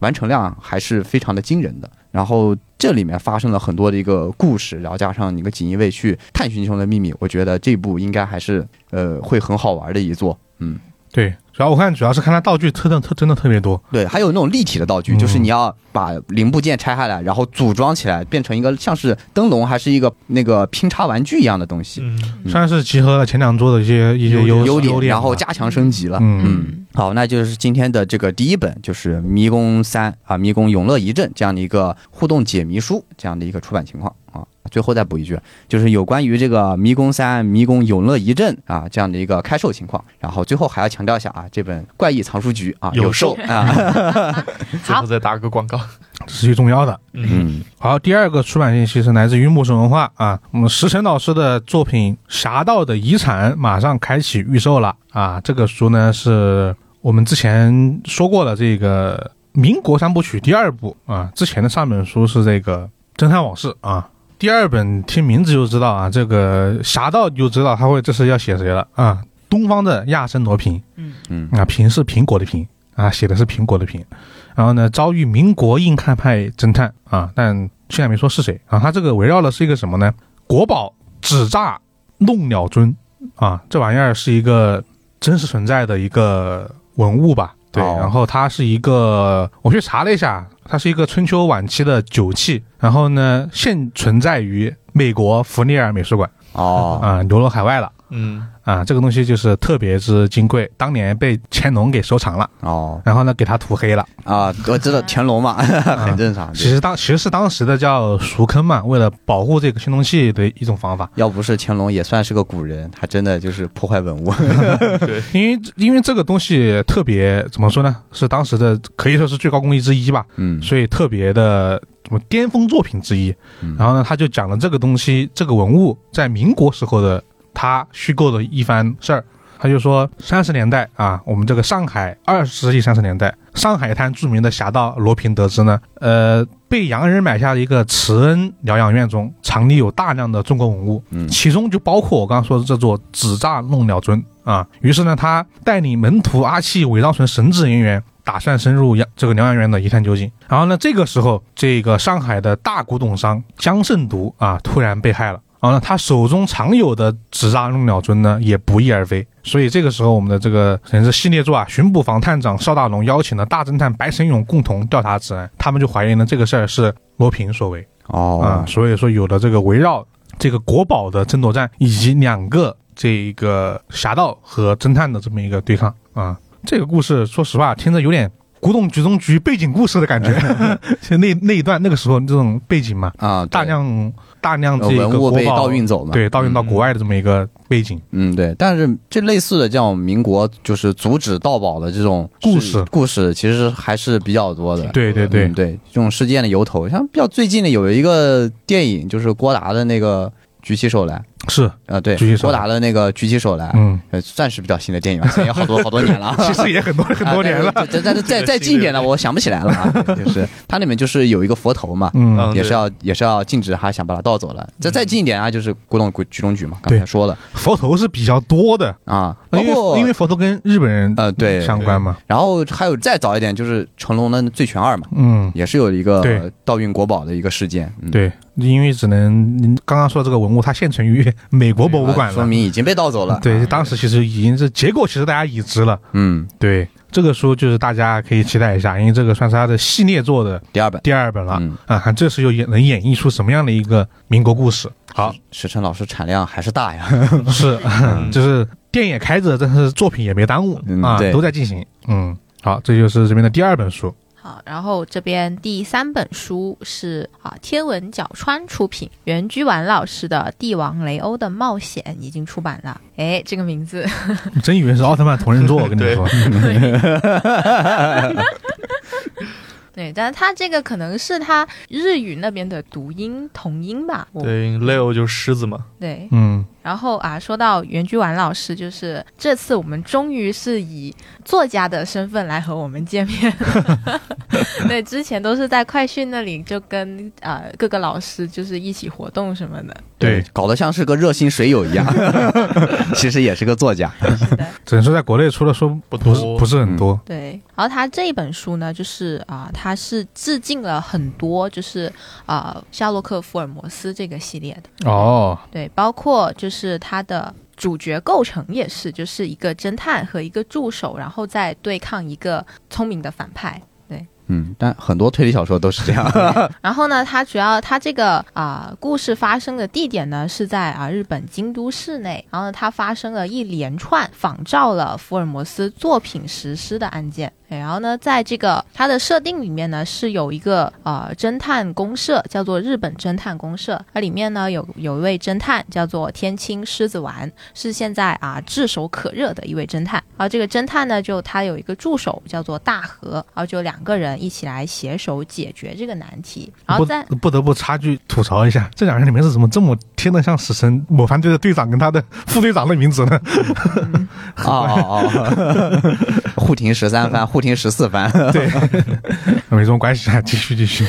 完成量还是非常的惊人的。然后这里面发生了很多的一个故事，然后加上你个锦衣卫去探寻其中的秘密，我觉得这部应该还是呃会很好玩的一作。嗯，对。主要我看主要是看它道具特的特真的特别多，对，还有那种立体的道具，嗯就是你要把零部件拆下来，然后组装起来，变成一个像是灯笼还是一个那个拼插玩具一样的东西，嗯，算是集合了前两座的一些一些优优点，点，啊然后加强升级了。嗯嗯，好，那就是今天的这个第一本，就是《迷宫三》啊，《迷宫永乐遗阵》这样的一个互动解谜书这样的一个出版情况啊。最后再补一句，就是有关于这个《迷宫三》《迷宫永乐遗阵》啊这样的一个开售情况。然后最后还要强调一下啊，这本《怪异藏书局》啊有有售啊， 嗯最后再打个广告。这是最重要的。嗯，嗯好，第二个出版信息是来自于木神文化啊，我们石晨老师的作品《侠盗的遗产》马上开启预售了啊！这个书呢是我们之前说过的这个民国三部曲第二部啊，之前的上本书是这个《侦探往事》啊，第二本听名字就知道啊，这个侠盗就知道他会这是要写谁了啊。东方的亚森罗平，嗯嗯啊，平是苹果的苹啊，写的是苹果的苹。然后呢，遭遇民国硬汉派侦探啊，但现在没说是谁啊。他这个围绕的是一个什么呢？国宝纸炸弄鸟尊啊，这玩意儿是一个真实存在的一个文物吧？对，哦然后它是一个，我去查了一下，它是一个春秋晚期的酒器，然后呢，现存在于美国弗尼尔美术馆哦，啊，流落海外了。嗯，啊，这个东西就是特别之金贵，当年被乾隆给收藏了，哦然后呢给它涂黑了。啊，我 知道乾隆嘛， 很正常。其对实当其实啊是当时的叫赎坑嘛，为了保护这个青铜器的一种方法。要不是乾隆也算是个古人，他真的就是破坏文物。 嗯对，因为因为这个东西特别怎么说呢，是当时的可以说是最高工艺之一吧，嗯所以特别的什么巅峰作品之一。嗯然后呢，他就讲了这个东西，这个文物在民国时候的他虚构的一番事儿。他就说，三十年代啊，我们这个上海二十世纪三十年代，上海滩著名的侠盗罗平得知呢，呃，被洋人买下的一个慈恩疗养院中，藏匿有大量的中国文物，嗯其中就包括我刚刚说的这座纸扎弄鸟尊啊。于是呢，他带领门徒阿契、韦当纯神职人员，打算深入养这个疗养院的一探究竟。然后呢，这个时候，这个上海的大古董商江胜独啊，突然被害了。然后呢，他手中常有的纸扎弄鸟尊呢，也不翼而飞。所以这个时候，我们的这个人是系列作啊，巡捕房探长邵大龙邀请了大侦探白神勇共同调查此案，他们就怀疑呢这个事儿是罗平所为。啊、哦所以说有了这个围绕这个国宝的争夺战，以及两个这个侠盗和侦探的这么一个对抗啊，这个故事说实话听着有点古董局中局背景故事的 感觉，其实那那一段那个时候这种背景嘛，啊，对大量大量呃这个文国物宝被盗运走嘛。对盗运到嗯国外的这么一个背景。嗯，对，但是这类似的像民国就是阻止盗宝的这种故事事故事其实还是比较多的。对对对嗯，对，这种事件的由头，像比较最近的有一个电影，就是郭达的那个《举起手来》是，啊，对举起，手郭来达的那个《举起手来》嗯，呃，算是比较新的电影吧，也好多好多 年了啊。 其实也很多很多年了，啊，但 但是再再近一点呢，我想不起来了啊。就是它里面就是有一个佛头嘛，嗯，嗯也是要也是要禁止他想把它盗走了。再再近一点啊，就是古董局局中局嘛，刚才对说了佛头是比较多的，啊，包因括为因为佛头跟日本人呃对相关嘛，然后还有再早一点，就是成龙的《醉拳二》嘛，嗯，也是有一个对盗运国宝的一个事件。嗯、对，因为只能您刚刚说这个文物，它现存于美国博啊，物馆说了。明已经被盗走了。对，当时其实已经是结果，其实大家已知了。嗯，对，这个书就是大家可以期待一下，因为这个算是他的系列作的第二本。第二本了、嗯，啊，看这次又演能演绎出什么样的一个民国故事？好，史晨老师产量还是大呀。 是，就是店也开着，但是作品也没耽误、嗯啊对，都在进行。嗯，好，这就是这边的第二本书。好，然后这边第三本书是啊天文角川出品，袁居完老师的《帝王雷欧的冒险》已经出版了。哎，这个名字 真以为是奥特曼同人 作，我跟你说，对，但是他这个可能是他日语那边的读音同音吧。我对，Leo 就是狮子嘛，对，嗯，然后啊，说到袁居完老师，就是这次我们终于是以作家的身份来和我们见面。对，之前都是在快讯那里就跟呃各个老师就是一起活动什么的。对，搞得像是个热心水友一样， 其实也是个作家。只能说在国内出的书不不是多不是很多。嗯对，然后他这一本书呢，就是啊、他是致敬了很多，就是啊、夏洛克·福尔摩斯这个系列的，哦，对，包括就是他的主角构成也是，就是一个侦探和一个助手，然后再对抗一个聪明的反派。嗯，但很多推理小说都是这样。然后呢，它主要它这个啊、故事发生的地点呢是在啊、日本京都市内，然后呢它发生了一连串仿照了福尔摩斯作品实施的案件。对然后呢，在这个它的设定里面呢，是有一个呃侦探公社，叫做日本侦探公社。它里面呢有有一位侦探叫做天青狮子丸，是现在啊炙手可热的一位侦探。啊而这个侦探呢，就他有一个助手叫做大和，然后就两个人一起来携手解决这个难题。然后不在不得不插句吐槽一下，这两个人里面是怎么这么贴得像死神 某番队的队长跟他的副队长的名字 呢？哦哦哦，护庭十三番，护庭十四番。没什么关系啊，继续继续。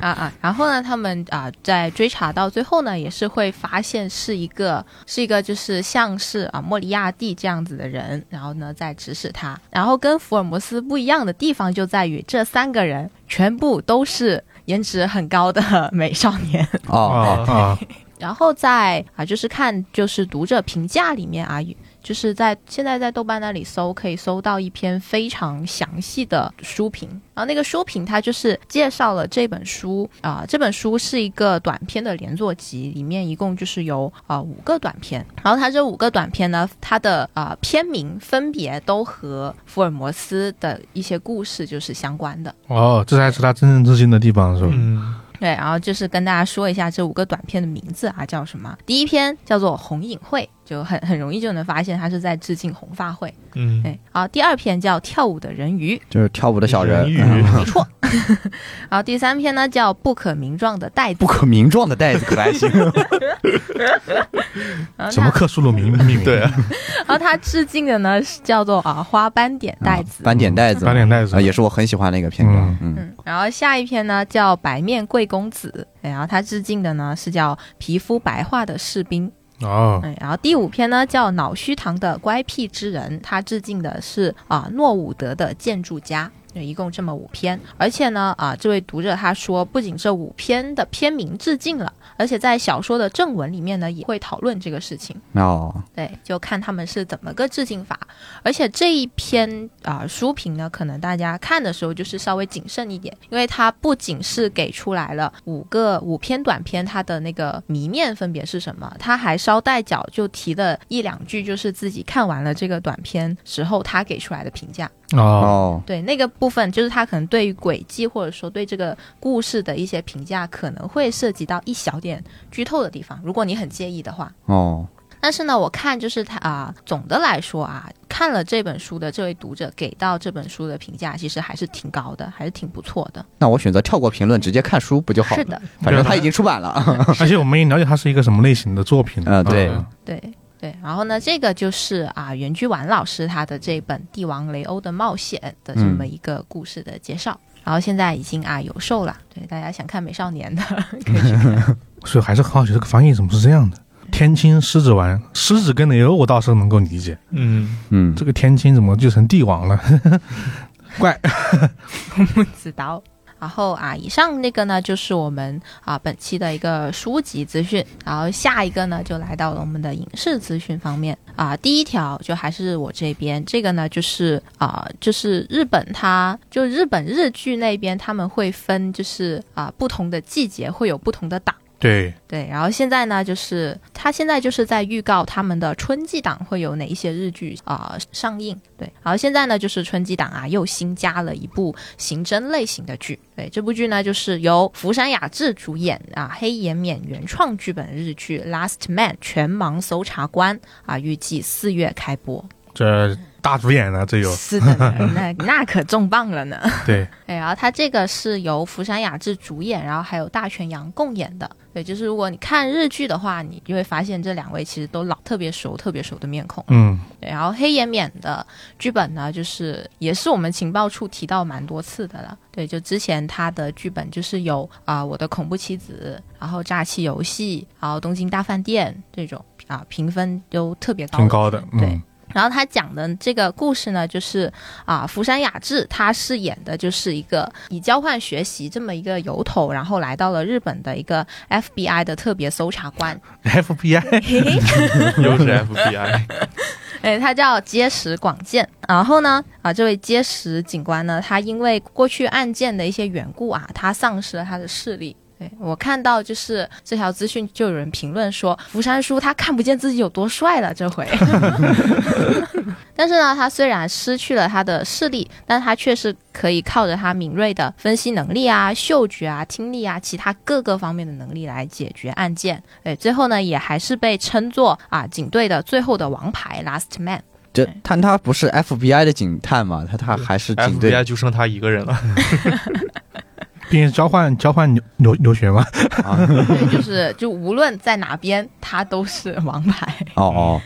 啊啊！然后呢，他们啊、在追查到最后呢，也是会发现是一个是一个就是像是啊莫里亚蒂这样子的人，然后呢在指使他。然后跟福尔摩斯不一样的地方就在于这三个人全部都是颜值很高的美少年。哦，啊啊然后在啊，就是看就是读者评价里面啊，就是在现在在豆瓣那里搜，可以搜到一篇非常详细的书评。然后那个书评它就是介绍了这本书啊、这本书是一个短篇的连作集，里面一共就是有啊、五个短篇。然后它这五个短篇呢，它的啊、片名分别都和福尔摩斯的一些故事就是相关的。哦，这才是他真正致敬的地方，是吧？嗯，对，然后就是跟大家说一下这五个短片的名字啊，叫什么？第一篇叫做《红影会》，就很很容易就能发现它是在致敬红发会。嗯，对，然后第二篇叫《跳舞的人鱼就是跳舞的小人，人鱼嗯没错。然后第三篇呢叫《不可名状的袋子不》，可名状的袋子可还 行？然后什么它克苏鲁 名命名？对，然后啊它致敬的呢是叫做啊花斑点袋嗯子。斑点袋子，斑点袋子啊，也是我很喜欢的一个片段。嗯，嗯，然后下一篇呢叫《白面贵公子》，对然后它致敬的呢是叫皮肤白化的士兵。哦，嗯，然后第五篇呢叫《脑虚堂的乖僻之人》，他致敬的是啊诺伍德的建筑家。就一共这么五篇，而且呢，啊，这位读者他说，不仅这五篇的篇名致敬了，而且在小说的正文里面呢，也会讨论这个事情。哦，对，就看他们是怎么个致敬法。而且这一篇啊、书评呢，可能大家看的时候就是稍微谨慎一点，因为它不仅是给出来了五个五篇短篇它的那个谜面分别是什么，它还捎带脚就提了一两句，就是自己看完了这个短篇时候他给出来的评价。哦，哦，对那个部分，就是他可能对于轨迹或者说对这个故事的一些评价，可能会涉及到一小点剧透的地方，如果你很介意的话。哦，但是呢，我看就是他啊、总的来说啊，看了这本书的这位读者给到这本书的评价，其实还是挺高的，还是挺不错的。那我选择跳过评论，直接看书不就好？是，的，反正它已经出版了。而且我们也了解它是一个什么类型的作品。啊对嗯对对。然后呢，这个就是啊，袁居完老师他的这本《帝王雷欧的冒险》的这么一个故事的介绍。然后现在已经啊有售了，对大家想看美少年的 可以去看。所以还是很好奇这个翻译怎么是这样的。天青狮子丸，狮子跟雷欧我倒是能够理解，嗯，嗯这，个天青怎么就成帝王了？ 怪，子刀。然后啊，以上那个呢就是我们啊本期的一个书籍资讯，然后下一个呢就来到了我们的影视资讯方面啊。第一条就还是我这边，这个呢就是啊，就是日本它就日本日剧那边他们会分就是啊不同的季节会有不同的档。对，对，然后现在呢，就是他现在就是在预告他们的春季档会有哪一些日剧啊、呃上映。对，然后现在呢，就是春季档啊又新加了一部刑侦类型的剧。对，这部剧呢就是由福山雅治主演啊，黑岩勉原创剧本的日剧《Last Man 全盲搜查官》啊，预计四月开播。这大主演啊呢，这 有是的呢，那那可重磅了呢。对，对，然后它这个是由福山雅治主演，然后还有大泉洋共演的。对，就是如果你看日剧的话，你就会发现这两位其实都老特别熟、特别熟的面孔。嗯，对，然后黑岩勉的剧本呢，就是也是我们情报处提到蛮多次的了。对，就之前他的剧本就是有啊、我的恐怖妻子》，然后《诈欺游戏》，然后《东京大饭店》这种啊、评分都特别高，挺高的，对嗯，然后他讲的这个故事呢，就是啊，福山雅治他饰演的就是一个以交换学习这么一个由头，然后来到了日本的一个 FBI 的特别搜查官， FBI 嘿嘿，又是 FBI，哎，他叫结石广见。然后呢，啊，这位结石警官呢，他因为过去案件的一些缘故啊，他丧失了他的视力。对我看到就是这条资讯，就有人评论说福山叔他看不见自己有多帅了这回。但是呢，他虽然失去了他的视力，但他却是可以靠着他敏锐的分析能力啊、嗅觉啊、听力啊，其他各个方面的能力来解决案件。对，最后呢，也还是被称作啊警队的最后的王牌 Last Man。这但他不是 FBI 的警探嘛？他他还是警 FBI 队就剩他一个人了， 毕竟是交换交换留留留学 嘛，啊？对，就是就无论在哪边，他都是王牌。哦哦，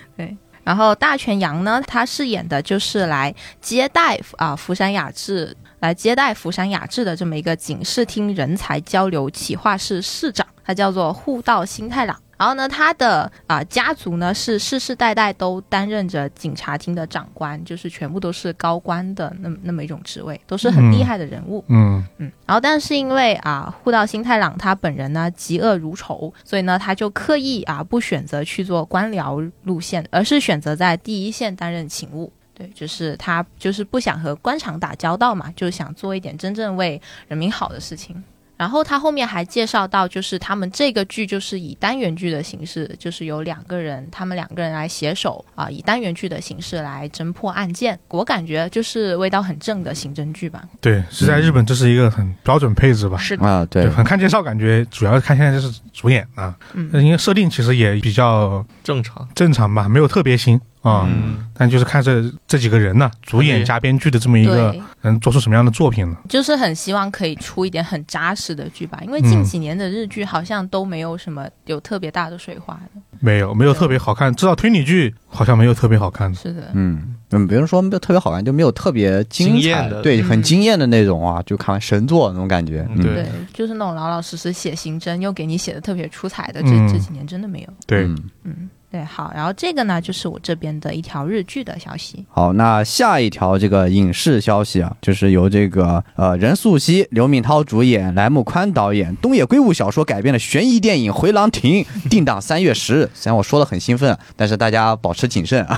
然后大泉洋呢，他饰演的就是来接待啊、福山雅治来接待福山雅治的这么一个警视厅人才交流企划室室长，他叫做户道新太郎。然后呢，他的啊、家族呢是世世代代都担任着警察厅的长官，就是全部都是高官的那么那么一种职位，都是很厉害的人物。嗯嗯，然后但是因为啊，户道新太郎他本人呢嫉恶如仇，所以呢他就刻意啊不选择去做官僚路线，而是选择在第一线担任勤务。对，就是他就是不想和官场打交道嘛，就是想做一点真正为人民好的事情。然后他后面还介绍到，就是他们这个剧就是以单元剧的形式，就是有两个人，他们两个人来携手啊、以单元剧的形式来侦破案件。我感觉就是味道很正的刑侦剧吧。对，是在日本这是一个很标准配置吧。是啊，对，很看介绍，感觉主要看现在就是主演啊，嗯那因为设定其实也比较正常。正常吧，没有特别新啊，嗯，但就是看这这几个人呢，主演加编剧的这么一个对，能做出什么样的作品呢？就是很希望可以出一点很扎实的剧吧，因为嗯近几年的日剧好像都没有什么有特别大的水花的。没有，没有特别好看，至少推理剧好像没有特别好看的。是的，嗯嗯，别人说没有特别好看，就没有特别精惊艳彩，的对，很嗯惊艳的那种啊，就看完神作那种感觉。嗯对对，就是那种老老实实写刑侦又给你写的特别出彩的，这、嗯这几年真的没有。对，嗯嗯，对，好，然后这个呢，就是我这边的一条日剧的消息。好，那下一条这个影视消息啊，就是由这个呃任素汐、刘敏涛主演，莱木宽导演，东野圭吾小说改编的悬疑电影《回廊亭》 定档三月十日。虽然我说的很兴奋，但是大家保持谨慎啊，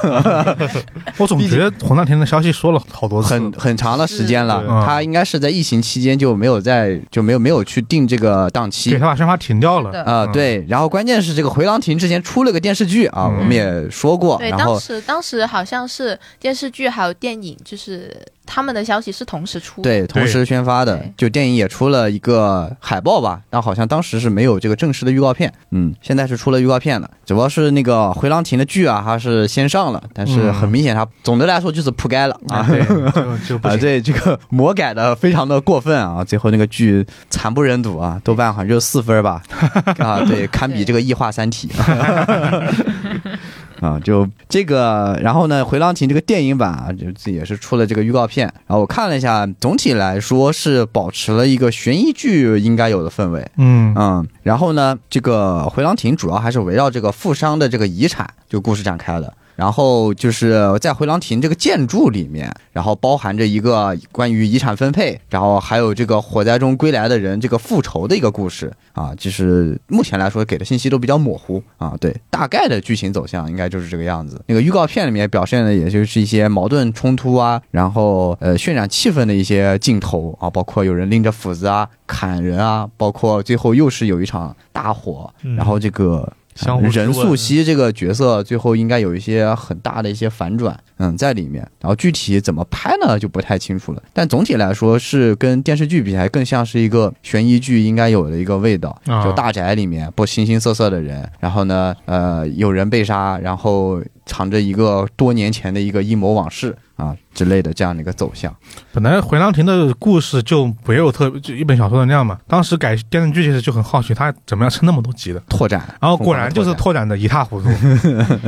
我总觉得红浪田的消息说了好多次，很很长的时间了是，对他应该是在疫情期间就没有在就没有没有去定这个档期对，。他把宣发停掉了是。的啊、嗯对，然后关键是这个《回廊亭》之前出了个电视剧啊，嗯我们也说过，对，然当后时当时好像是电视剧还有电影，就是他们的消息是同时出。，对同时宣发的对，就电影也出了一个海报吧，但好像当时是没有这个正式的预告片，嗯，现在是出了预告片了，只不过是那个《回廊亭》的剧啊，它是先上了，但是嗯很明显它总的来说就是铺盖了啊。啊，对，就就不啊，行。对这个 魔改的非常的过分啊！最后那个剧惨不忍睹啊，豆瓣好像就四 分吧，啊，对，堪比这个异化《三体》 啊，就这个，然后呢，《回廊亭》这个电影版啊，就这也是出了这个预告片，然后我看了一下，总体来说是保持了一个悬疑剧应该有的氛围，嗯嗯，然后呢，这个回廊亭主要还是围绕这个富商的这个遗产就故事展开的。然后就是在回廊亭这个建筑里面，然后包含着一个关于遗产分配，然后还有这个火灾中归来的人这个复仇的一个故事啊，就是目前来说给的信息都比较模糊啊，对，大概的剧情走向应该就是这个样子。那个预告片里面表现的也就是一些矛盾冲突啊，然后呃渲染气氛的一些镜头啊，包括有人拎着斧子啊砍人啊，包括最后又是有一场大火，嗯然后这个相互质任素问汐这个角色最后应该有一些很大的一些反转，嗯，在里面。然后具体怎么拍呢，就不太清楚了。但总体来说是跟电视剧比起来，更像是一个悬疑剧应该有的一个味道。啊就大宅里面不形形色色的人，然后呢，呃，有人被杀，然后藏着一个多年前的一个阴谋往事啊之类的这样的一个走向。本来《回廊亭》的故事就没有特就一本小说的那样嘛，当时改电视剧其实就很好奇，他怎么样撑那么多集的。拓展，然后果然就是疯狂地拓拓展的一塌 糊涂，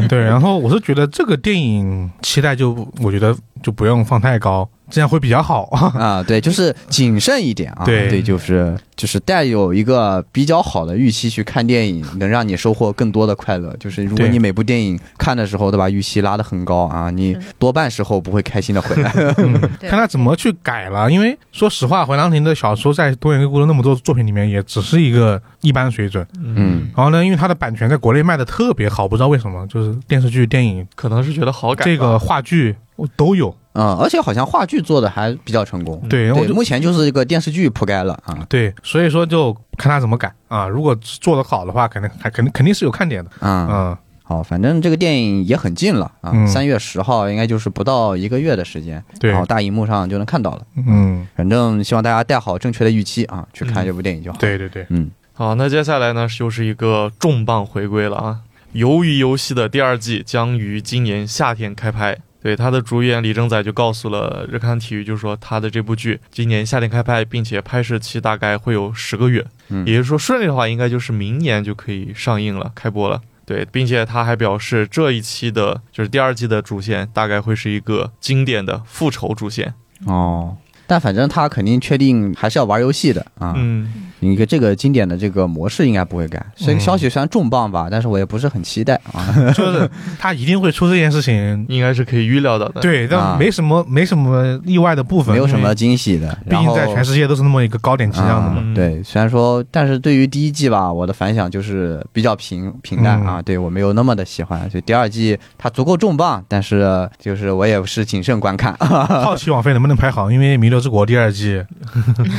对。然后我是觉得这个电影期待就我觉得就不用放太高，这样会比较 好。展啊，对，就是谨慎一点啊，对就是就是带有一个比较好的预期去看电影，能让你收获更多的快乐。就是如果对你每部电影看的时候，对吧，预期拉得很高啊，你是多半时候不会开心的 回来。嗯对看他怎么去改了，因为说实话，回廊亭的小说在东野圭吾的那么多作品里面也只是一个一般水准。嗯，然后呢，因为它的版权在国内卖的特别好，不知道为什么，就是电视剧、电影、可能是觉得好感吧这个话剧我都有。嗯，而且好像话剧做的还比较成功。对，我对，就目前就是一个电视剧铺盖了啊对，所以说就看他怎么改啊。如果做得好的话，肯定还肯定肯定是有看点的。啊、嗯，好，反正这个电影也很近了啊，嗯三、月十号应该就是不到一个月的时间，对然，后大荧幕上就能看到了。嗯，反正希望大家带好正确的预期啊，去看这部电影就好。对对对，嗯，好，那接下来呢，又是一个重磅回归了啊！《鱿鱼游戏》的第二季将于今年夏天开拍。对，它的主演李正宰就告诉了日刊体育，就是说他的这部剧今年夏天开拍，并且拍摄期大概会有十个月，嗯也就是说顺利的话，应该就是明年就可以上映了，开播了。对，并且他还表示，这一期的就是第二季的主线大概会是一个经典的复仇主线。嗯哦，但反正他肯定确定还是要玩游戏的啊。嗯，你个这个经典的这个模式应该不会改。这嗯个消息虽然重磅吧，但是我也不是很期待 啊。就是他一定会出这件事情。应该是可以预料到的。，对，啊但没什么没什么意外的部分，没有什因为么惊喜的。毕然竟后在全世界都是那么一个高点起涨的嘛。啊嗯对，虽然说，但是对于第一季吧，我的反响就是比较平平淡啊，对我没有那么的喜欢，所以第二季它足够重磅，但是就是我也是谨慎观 看好奇网飞能不能拍好，因为《弥留之国》第二 季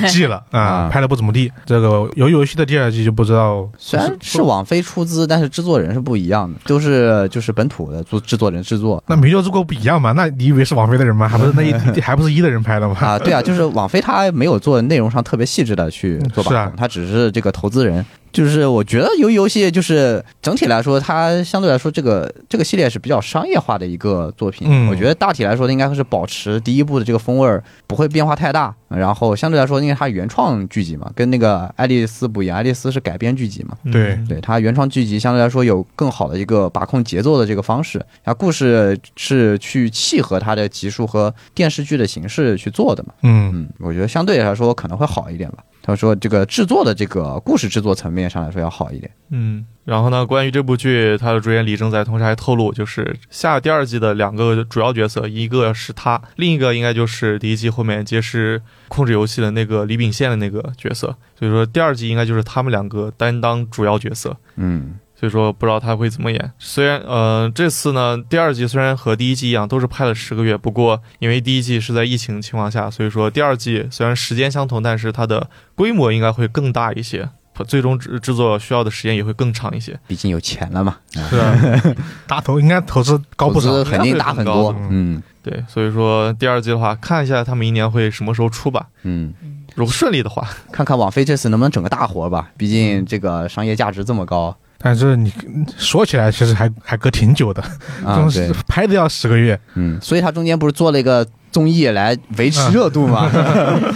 季了啊啊，拍的不怎么地。这个游游戏的第二季就不知道，虽然是网飞出资，但是制作人是不一样的，都是就是本土的制制作人制作。那《弥留之国》不一样嘛？那你以为是网飞的人吗？还不 是那一还不是一的人拍 的吗？啊，对啊，就是网飞他没有做内容上特别细致的去做是把啊控，他只是这个投资人。就是我觉得由于游戏就是整体来说，它相对来说这个这个系列是比较商业化的一个作品。嗯我觉得大体来说应该是保持第一部的这个风味儿，不会变化太大。然后相对来说，因为它原创剧集嘛，跟那个《爱丽丝》不一样，《爱丽丝》是改编剧集嘛。对嗯对它原创剧集相对来说有更好的一个把控节奏的这个方式，它故事是去契合它的集数和电视剧的形式去做的嘛。嗯，嗯，我觉得相对来说可能会好一点吧。他说这个制作的这个故事制作层面上来说要好一点。嗯，然后呢，关于这部剧，它的主演李正宰同时还透露，就是下第二季的两个主要角色，一个是他，另一个应该就是第一季后面揭示控制游戏的那个李秉宪的那个角色，所以说第二季应该就是他们两个担当主要角色。嗯所以说不知道他会怎么演。虽然呃这次呢第二季虽然和第一季一样都是拍了十个月，不过因为第一季是在疫情情况下，所以说第二季虽然时间相同，但是它的规模应该会更大一些。最终制制作需要的时间也会更长一些，毕竟有钱了嘛，是啊， 大头应该投资高嗯投不少。资肯定大很多应该会很。高嗯对，所以说第二季的话，看一下他明年会什么时候出吧。嗯，如果顺利的话，看看网飞这次能不能整个大活吧，毕嗯竟这个商业价值这么高但是你说起来，其实还还隔挺久的， 啊，是对，拍的要十个月。嗯，所以他中间不是做了一个综艺来维持嗯热度嘛？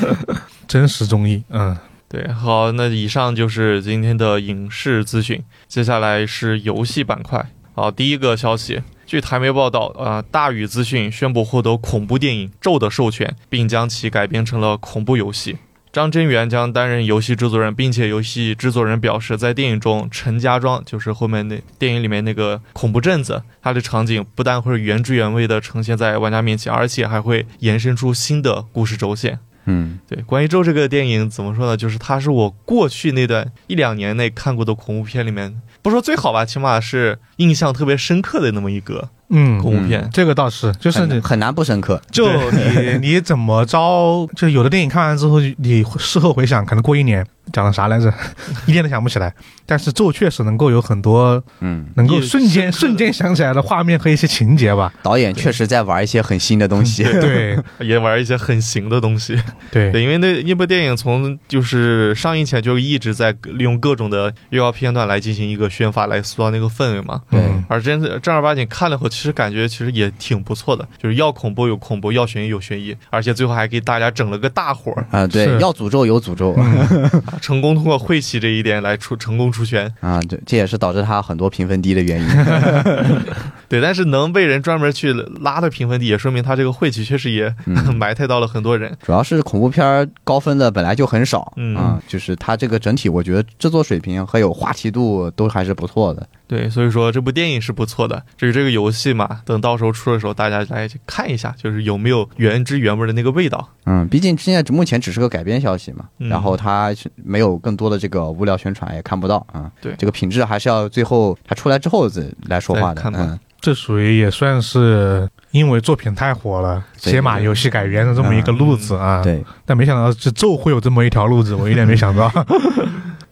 真实综艺，嗯，对，好，那以上就是今天的影视资讯，接下来是游戏板块。好，第一个消息，据台媒报道，呃，大宇资讯宣布获得恐怖电影《咒》的授权，并将其改编成了恐怖游戏。张真源将担任游戏制作人，并且游戏制作人表示，在电影中，陈家庄就是后面那电影里面那个恐怖镇子，它的场景不但会原汁原味地呈现在玩家面前，而且还会延伸出新的故事轴线。 嗯对，关于《咒》这个电影怎么说呢？就是它是我过去那段一两年内看过的恐怖片里面，不说最好吧，起码是印象特别深刻的那么一个嗯恐怖片。这个倒是，就是很你很难不深刻。就你 你怎么着，就有的电影看完之后，你事后回想，可能过一年讲了啥来着， 一点都想不起来。但是咒确实能够有很多嗯，能够也瞬间深刻的瞬间想起来的画面和一些情节 吧。导演确实在玩一些很新的东西。 对 也玩一些很行的东西。对，对，因为那那部电影从就是上映前就一直在利用各种的预告片段来进行一个宣发，来塑造那个氛围嘛。嗯，而真正儿八经看了后，其实感觉其实也挺不错的，就是要恐怖有恐怖，要悬疑有悬疑，而且最后还给大家整了个大火儿，啊，对，是嗯要诅咒有诅咒啊成功通过晦气这一点来出成功出圈。啊，对，这也是导致他很多评分低的原因。对，但是能被人专门去拉的评分低，也说明他这个晦气确实也、嗯 埋汰到了很多人。主要是恐怖片儿高分的本来就很少，嗯啊，就是它这个整体，我觉得制作水平和有话题度都还是不错的。对，所以说这部电影是不错的。至于这个游戏嘛，等到时候出的时候，大家来去看一下，就是有没有原汁原味的那个味道。嗯，毕竟现在目前只是个改编消息嘛，嗯然后它是没有更多的这个无聊宣传，也看不到啊。对这个品质还是要最后它出来之后再来说话的再。看吧嗯，这属于也算是因为作品太火了，对嗯解码游戏改编的这么一个路子啊。，对，但没想到这咒会有这么一条路子，我有点没想 到。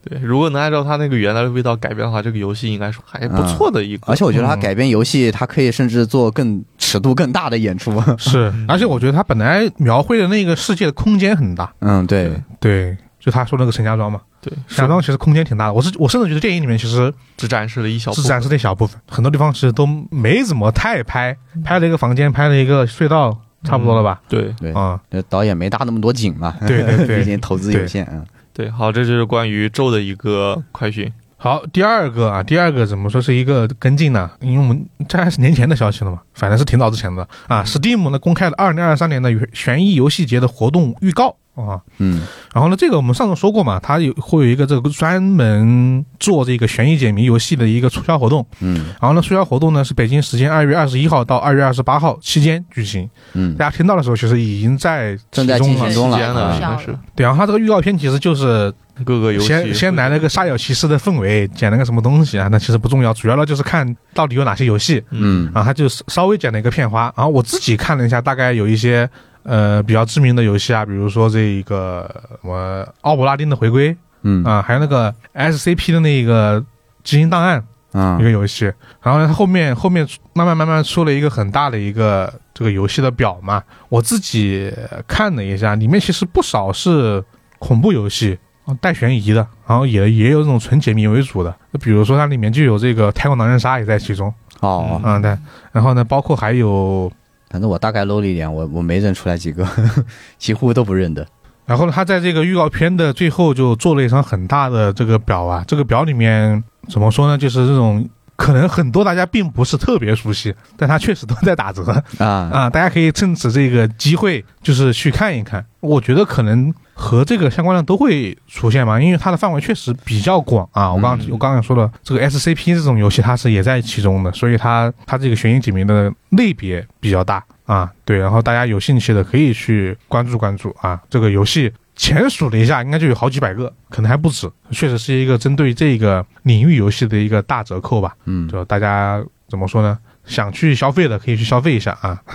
对，如果能按照它那个原来的味道改变的话，这个游戏应该是还不错的一个。而且我觉得它嗯改编游戏，它可以甚至做更尺度更大的演 出。是，嗯而且我觉得他本来描绘的那个世界的空间很大，嗯，对，对，就他说那个陈家庄嘛，对，陈家是啊庄其实空间挺大的。我是我甚至觉得电影里面其实只展示了一小部只分。展示那小部分，很多地方其实都没怎么太拍，嗯拍了一个房间，拍了一个隧道，差不多了吧？嗯对对啊、这导演没搭那么多景嘛，对对对 毕竟投资有限。嗯，对，好，这就是关于咒的一个快讯。好，第二个啊，第二个怎么说是一个跟进呢？因为我们这还是年前的消息了嘛，反正是挺早之前的嗯啊。Steam 呢公开了二零二三年的悬疑游戏节的活动预告啊，嗯然后呢，这个我们上次说过嘛，它有会有一个这个专门做这个悬疑解谜游戏的一个促销活动。嗯然后呢，促销活动呢是北京时间二月二十一号到二月二十八号期间举行。嗯大家听到的时候，其实已经在正在其中进行了。中了期间呢，啊应该是对，然后它这个预告片其实就是各个游戏先先来了个沙，会有其事的氛围，讲了个什么东西啊？那其实不重要，主要呢就是看到底有哪些游戏。嗯，嗯然后它就稍微剪了一个片花。然后我自己看了一下，大概有一些呃比较知名的游戏啊，比如说这个什么奥布拉丁的回归，嗯啊，还有那个 SCP 的那个基因档案啊嗯一个游戏，然后呢，它后面后面慢慢慢慢出了一个很大的一个这个游戏的表嘛，我自己看了一下，里面其实不少是恐怖游戏。啊带悬疑的，然后也也有这种纯解谜为主的，比如说它里面就有这个《太空狼人杀》也在其中，哦，嗯，对，然后呢，包括还有，反正我大概搂了一点，我我没认出来几个， 几乎都不认得。然后呢，他在这个预告片的最后就做了一张很大的这个表啊，这个表里面怎么说呢，就是这种可能很多大家并不是特别熟悉，但它确实都在打折啊，啊，大家可以趁此这个机会就是去看一看。我觉得可能和这个相关的都会出现吧，因为它的范围确实比较广啊。我刚嗯我刚才说了，这个 SCP 这种游戏它是也在其中的，所以它它这个悬疑解谜的类别比较大啊。对，然后大家有兴趣的可以去关注关注啊，这个游戏。前数了一下，应该就有好几百个，可能还不止。确实是一个针对这个领域游戏的一个大折扣吧。嗯，就大家怎么说呢？想去消费的可以去消费一下啊。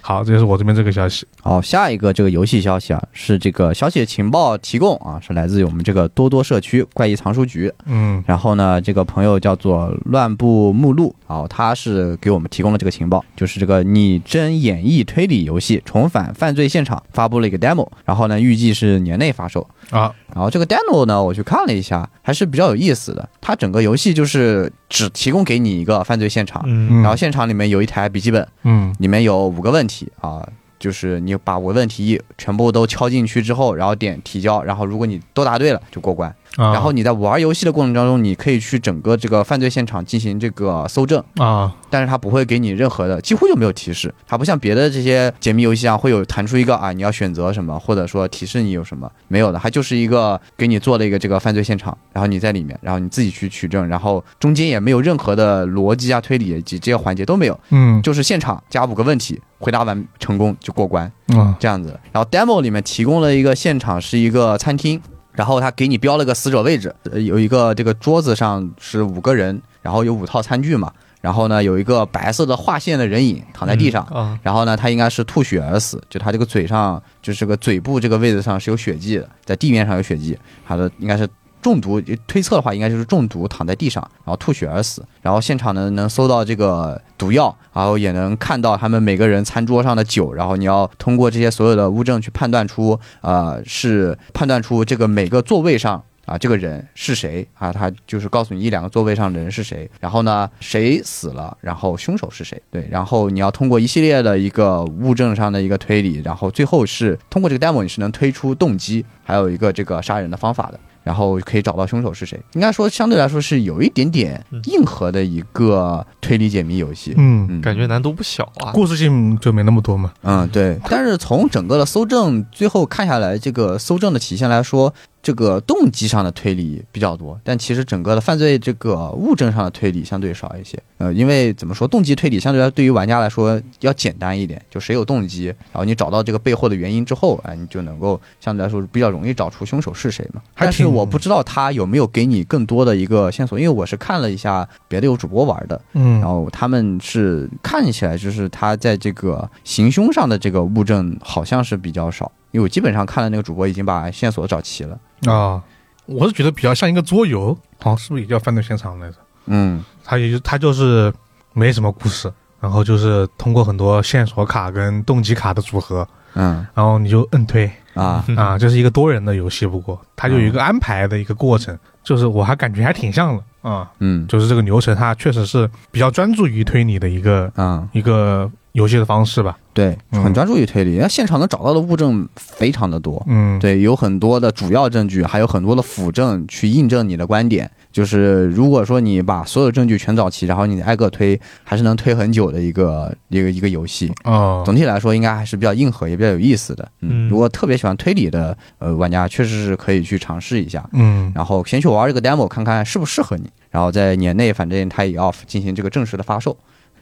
好，这就是我这边这个消息。好，下一个这个游戏消息啊，是这个消息情报提供啊，是来自于我们这个多多社区怪异藏书局。嗯然后呢，这个朋友叫做乱步目录，然后他是给我们提供了这个情报，就是这个拟真演绎推理游戏《重返犯罪现场》发布了一个 demo，然后呢，预计是年内发售。啊，然后这个 demo 呢，我去看了一下，还是比较有意思的。它整个游戏就是只提供给你一个犯罪现场，嗯嗯然后现场里面有一台笔记本，嗯里面有五个问题啊，就是你把五个问题全部都敲进去之后，然后点提交，然后如果你都答对了就过关。啊，然后你在玩游戏的过程当中，你可以去整个这个犯罪现场进行这个搜证，啊，但是它不会给你任何的，几乎就没有提示。它不像别的这些解谜游戏上会有弹出一个啊，你要选择什么，或者说提示你有什么，没有的，它就是一个给你做了一个这个犯罪现场，然后你在里面，然后你自己去取证，然后中间也没有任何的逻辑啊、推理以及这些环节都没有，嗯就是现场加五个问题，回答完成功就过关。啊，这样子。然后 demo 里面提供了一个现场是一个餐厅，然后他给你标了个死者位置，呃有一个这个桌子上是五个人，然后有五套餐具嘛，然后呢有一个白色的划线的人影躺在嗯地上。啊，然后呢，他应该是吐血而死，就他这个嘴上，就是个嘴部这个位置上是有血迹的，在地面上有血迹，他的应该是中毒，推测的话应该就是中毒躺在地上，然后吐血而死。然后现场呢能搜到这个毒药，然后也能看到他们每个人餐桌上的酒，然后你要通过这些所有的物证去判断出，呃，是判断出这个每个座位上。啊，这个人是谁啊？他就是告诉你一两个座位上的人是谁，然后呢，谁死了，然后凶手是谁？对，然后你要通过一系列的一个物证上的一个推理，然后最后是通过这个 demo 你是能推出动机，还有一个这个杀人的方法的。然后可以找到凶手是谁。应该说，相对来说是有一点点嗯硬核的一个推理解谜游戏。嗯，嗯，感觉难度不小啊。 故事性就没那么多嘛。嗯对。但是从整个的搜证最后看下来，这个搜证的体现来说，这个动机上的推理比较多，但其实整个的犯罪这个物证上的推理相对少一些。呃，因为怎么说，动机推理相对来对于玩家来说要简单一点，就谁有动机，然后你找到这个背后的原因之后，哎，你就能够相对来说比较容易找出凶手是谁嘛。还但是挺我不知道他有没有给你更多的一个线索，因为我是看了一下别的有主播玩的，嗯然后他们是看起来就是他在这个行凶上的这个物证好像是比较少，因为我基本上看了那个主播已经把线索找齐了。啊，我是觉得比较像一个桌游，好像是不是也叫犯罪现场来着？嗯它也就它就是没什么故事，然后就是通过很多线索卡跟动机卡的组合，嗯然后你就摁推，啊啊，这是一个多人的游戏，不过它就有一个安排的一个过程，就是我还感觉还挺像的啊，嗯就是这个流程它确实是比较专注于推理的一个啊，一个游戏的方式吧，对，嗯很专注于推理，那现场能找到的物证非常的多。嗯，对，有很多的主要证据，还有很多的辅证去印证你的观点，就是如果说你把所有证据全找齐，然后你挨个推，还是能推很久的一个一个一个游戏。哦，总体来说，应该还是比较硬核，也比较有意思的。嗯如果特别喜欢推理的呃玩家，确实是可以去尝试一下。嗯然后先去玩这个 demo 看看适不适合你，然后在年内反正它也要进行这个正式的发售。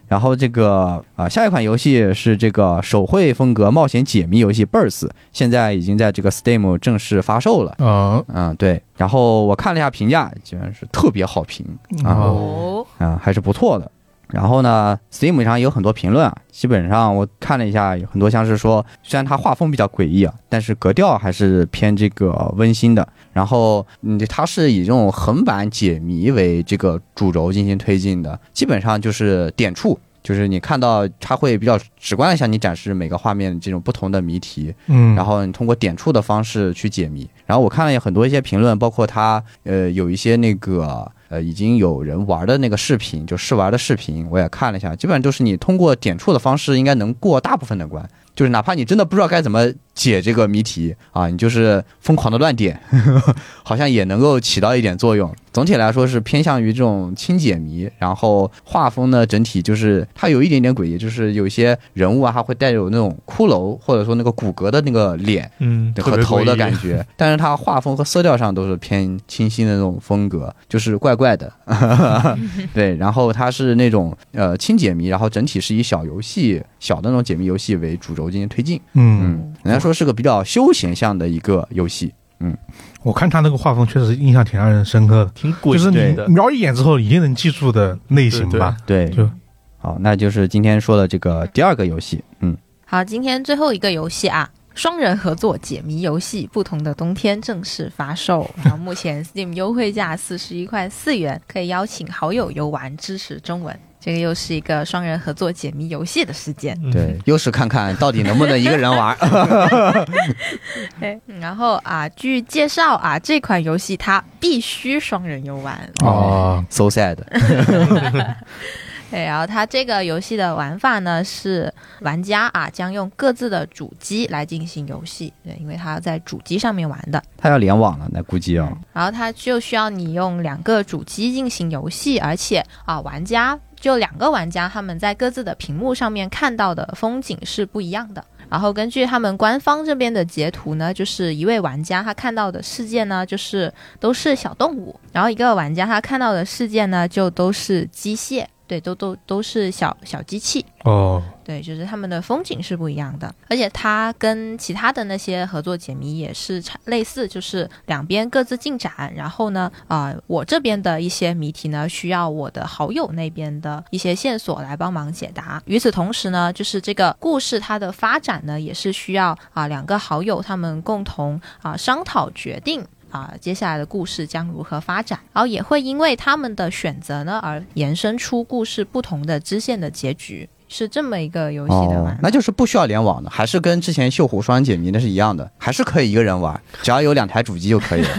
然后这个啊、呃下一款游戏是这个手绘风格冒险解谜游戏《Birds》，现在已经在这个 Steam 正式发售了。呃嗯，对。然后我看了一下评价，居然是特别好评啊啊、哦哦，还是不错的。然后呢，Steam 上有很多评论啊，基本上我看了一下，有很多像是说，虽然它画风比较诡异啊，但是格调还是偏这个温馨的。然后，嗯，它是以这种横版解谜为这个主轴进行推进的，基本上就是点触，就是你看到它会比较直观的向你展示每个画面这种不同的谜题，嗯，然后你通过点触的方式去解谜。然后我看了有很多一些评论，包括他呃有一些那个呃已经有人玩的那个视频，就试玩的视频，我也看了一下，基本上就是你通过点触的方式，应该能过大部分的关。就是哪怕你真的不知道该怎么解这个谜题啊，你就是疯狂的乱点，好像也能够起到一点作用。总体来说是偏向于这种轻解谜，然后画风呢整体就是它有一点点诡异，就是有一些人物啊，它会带有那种骷髅或者说那个骨骼的那个脸。嗯，特和别头的诡异感 觉，但是它画风和色调上都是偏清新的那种风格，就是怪怪 的。对，然后它是那种呃轻解谜，然后整体是以小游戏、小的那种解谜游戏为主轴进行推进。嗯，嗯，人家说是个比较休闲向的一个游戏。我看他那个画风确实印象挺让人深刻的，挺诡就是异你的，瞄一眼之后一定能记住的类型对对吧？对就好，那就是今天说的这个第二个游戏。嗯，好，今天最后一个游戏啊，双人合作解谜游戏《不同的冬天》正式发售。然后目前 Steam 优惠价四十一块四元，可以邀请好友游玩，支持中文。这个又是一个双人合作解谜游戏的时间。嗯 对，又是看看到底能不能一个人玩。 对，然后啊，据介绍啊，这款游戏它必须双人游玩。哦， so sad。对，然后它这个游戏的玩法呢是玩家啊将用各自的主机来进行游戏，对，因为它要在主机上面玩的。他要联网了，那估计要、然后它就需要你用两个主机进行游戏，而且啊，玩家就两个玩家他们在各自的屏幕上面看到的风景是不一样的。然后根据他们官方这边的截图呢，就是一位玩家他看到的事件呢，就是都是小动物；然后一个玩家他看到的事件呢，就都是机械，对，都都都是小小机器。哦，对，就是他们的风景是不一样的，而且它跟其他的那些合作解谜也是差类似，就是两边各自进展，然后呢，啊、我这边的一些谜题呢，需要我的好友那边的一些线索来帮忙解答。与此同时呢，就是这个故事它的发展呢，也是需要啊、两个好友他们共同啊、商讨决定。啊，接下来的故事将如何发展，然后也会因为他们的选择呢而延伸出故事不同的支线的结局，是这么一个游戏的玩哦法。，那就是不需要联网的，还是跟之前锈湖双人解谜那是一样的，还是可以一个人玩，只要有两台主机就可以 了。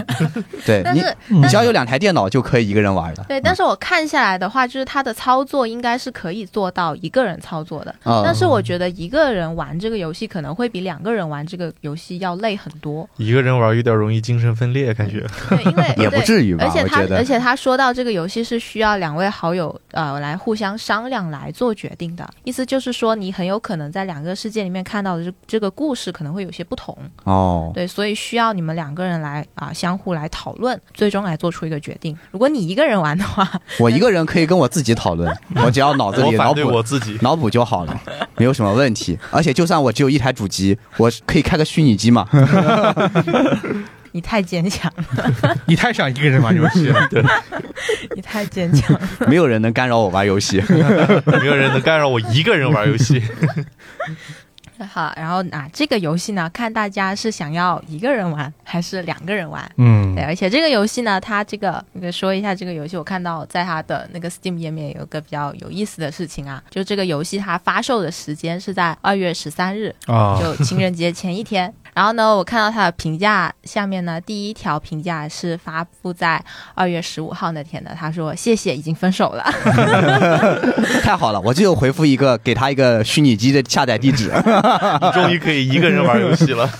对但你，是你只要有两台电脑就可以一个人玩的。对，但是是我看下来的话，就是它的操作应该是可以做到一个人操作的。啊、但是我觉得一个人玩这个游戏可能会比两个人玩这个游戏要累很多，一个人玩有点容易精神分裂，感觉对，因为 也不对至于吧而且我他觉得而且他说到这个游戏是需要两位好友呃来互相商量来做决定的，意思就是说你很有可能在两个世界里面看到的这这个故事可能会有些不同，哦，对，所以需要你们两个人来啊、相互来讨论，最终来做出一个决定。如果你一个人玩的话， 我一个人可以跟我自己讨论，我只要脑子我里脑反对补我自己。脑补就好了，没有什么问题。而且就算我只有一台主机，我可以开个虚拟机嘛。 你太坚强了，你太想一个人玩游戏 了，你太坚强了。 没有人能干扰我玩游戏。没有人能干扰我一个人玩游戏。好，然后啊，这个游戏呢，看大家是想要一个人玩还是两个人玩。嗯对，而且这个游戏呢，它这个那个说一下这个游戏，我看到在它的那个 Steam 页面有一个比较有意思的事情啊，就这个游戏它发售的时间是在二月十三日，啊，就情人节前一天。哦 然后呢，我看到它的评价下面呢，第一条评价是发布在二月十五号那天的，他说谢谢，已经分手了。 太好了，我就回复一个，给他一个虚拟机的下载地址。你终于可以一个人玩游戏了。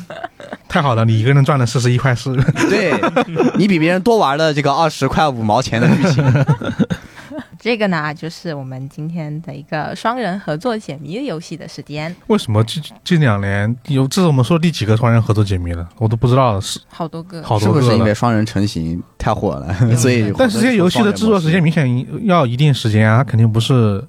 太好了，你一个人赚了四十一块四， 对你比别人多玩了这个二十块五毛钱的剧情。这个呢，就是我们今天的一个双人合作解谜游戏的时间，为什么这这两年有这是我们说第几个双人合作解谜了？我都不知道了，是好多个。好是多不嗯是个因为了。双人成型太火了，所以嗯但是这些游戏的制作时间明显要一定时间啊，它肯定不是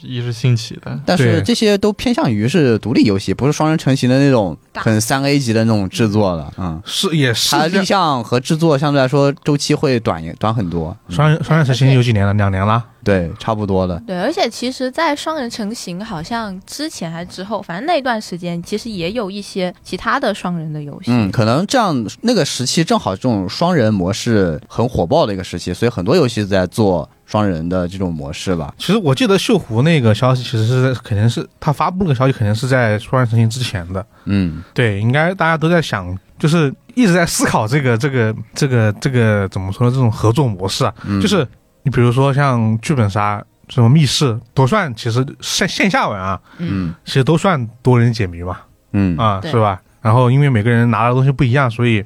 一是兴起的，但是对这些都偏向于是独立游戏，不是双人成型的那种很三 A 级的那种制作了。嗯，是也是它的这立项和制作相对来说周期会短一短很多。嗯双人双人成行有几年了？两年了。对，差不多了。对，而且其实，在双人成型好像之前还是之后，反正那段时间其实也有一些其他的双人的游戏。嗯，可能这样那个时期正好这种双人模式很火爆的一个时期，所以很多游戏在做双人的这种模式吧。其实我记得锈湖那个消息，其实是在肯定是他发布那个消息，肯定是在双人成行之前的。嗯，对，应该大家都在想，就是一直在思考这个这个这个这个怎么说呢？这种合作模式啊，嗯就是你比如说像剧本杀、什么密室、都算，其实线线下文啊，嗯其实都算多人解谜嘛，嗯啊，对是吧？然后因为每个人拿的东西不一样，所以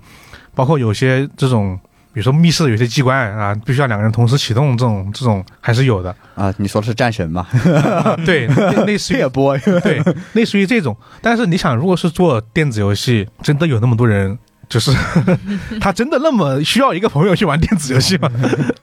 包括有些这种。比如说密室有些机关啊，必须要两个人同时启动，这种这种还是 有的。啊，你说的是战神吧？对，类类 似于血波，对，类似于这种。但是你想，如果是做电子游戏，真的有那么多人，就是他真的那么需要一个朋友去玩电子游戏吗？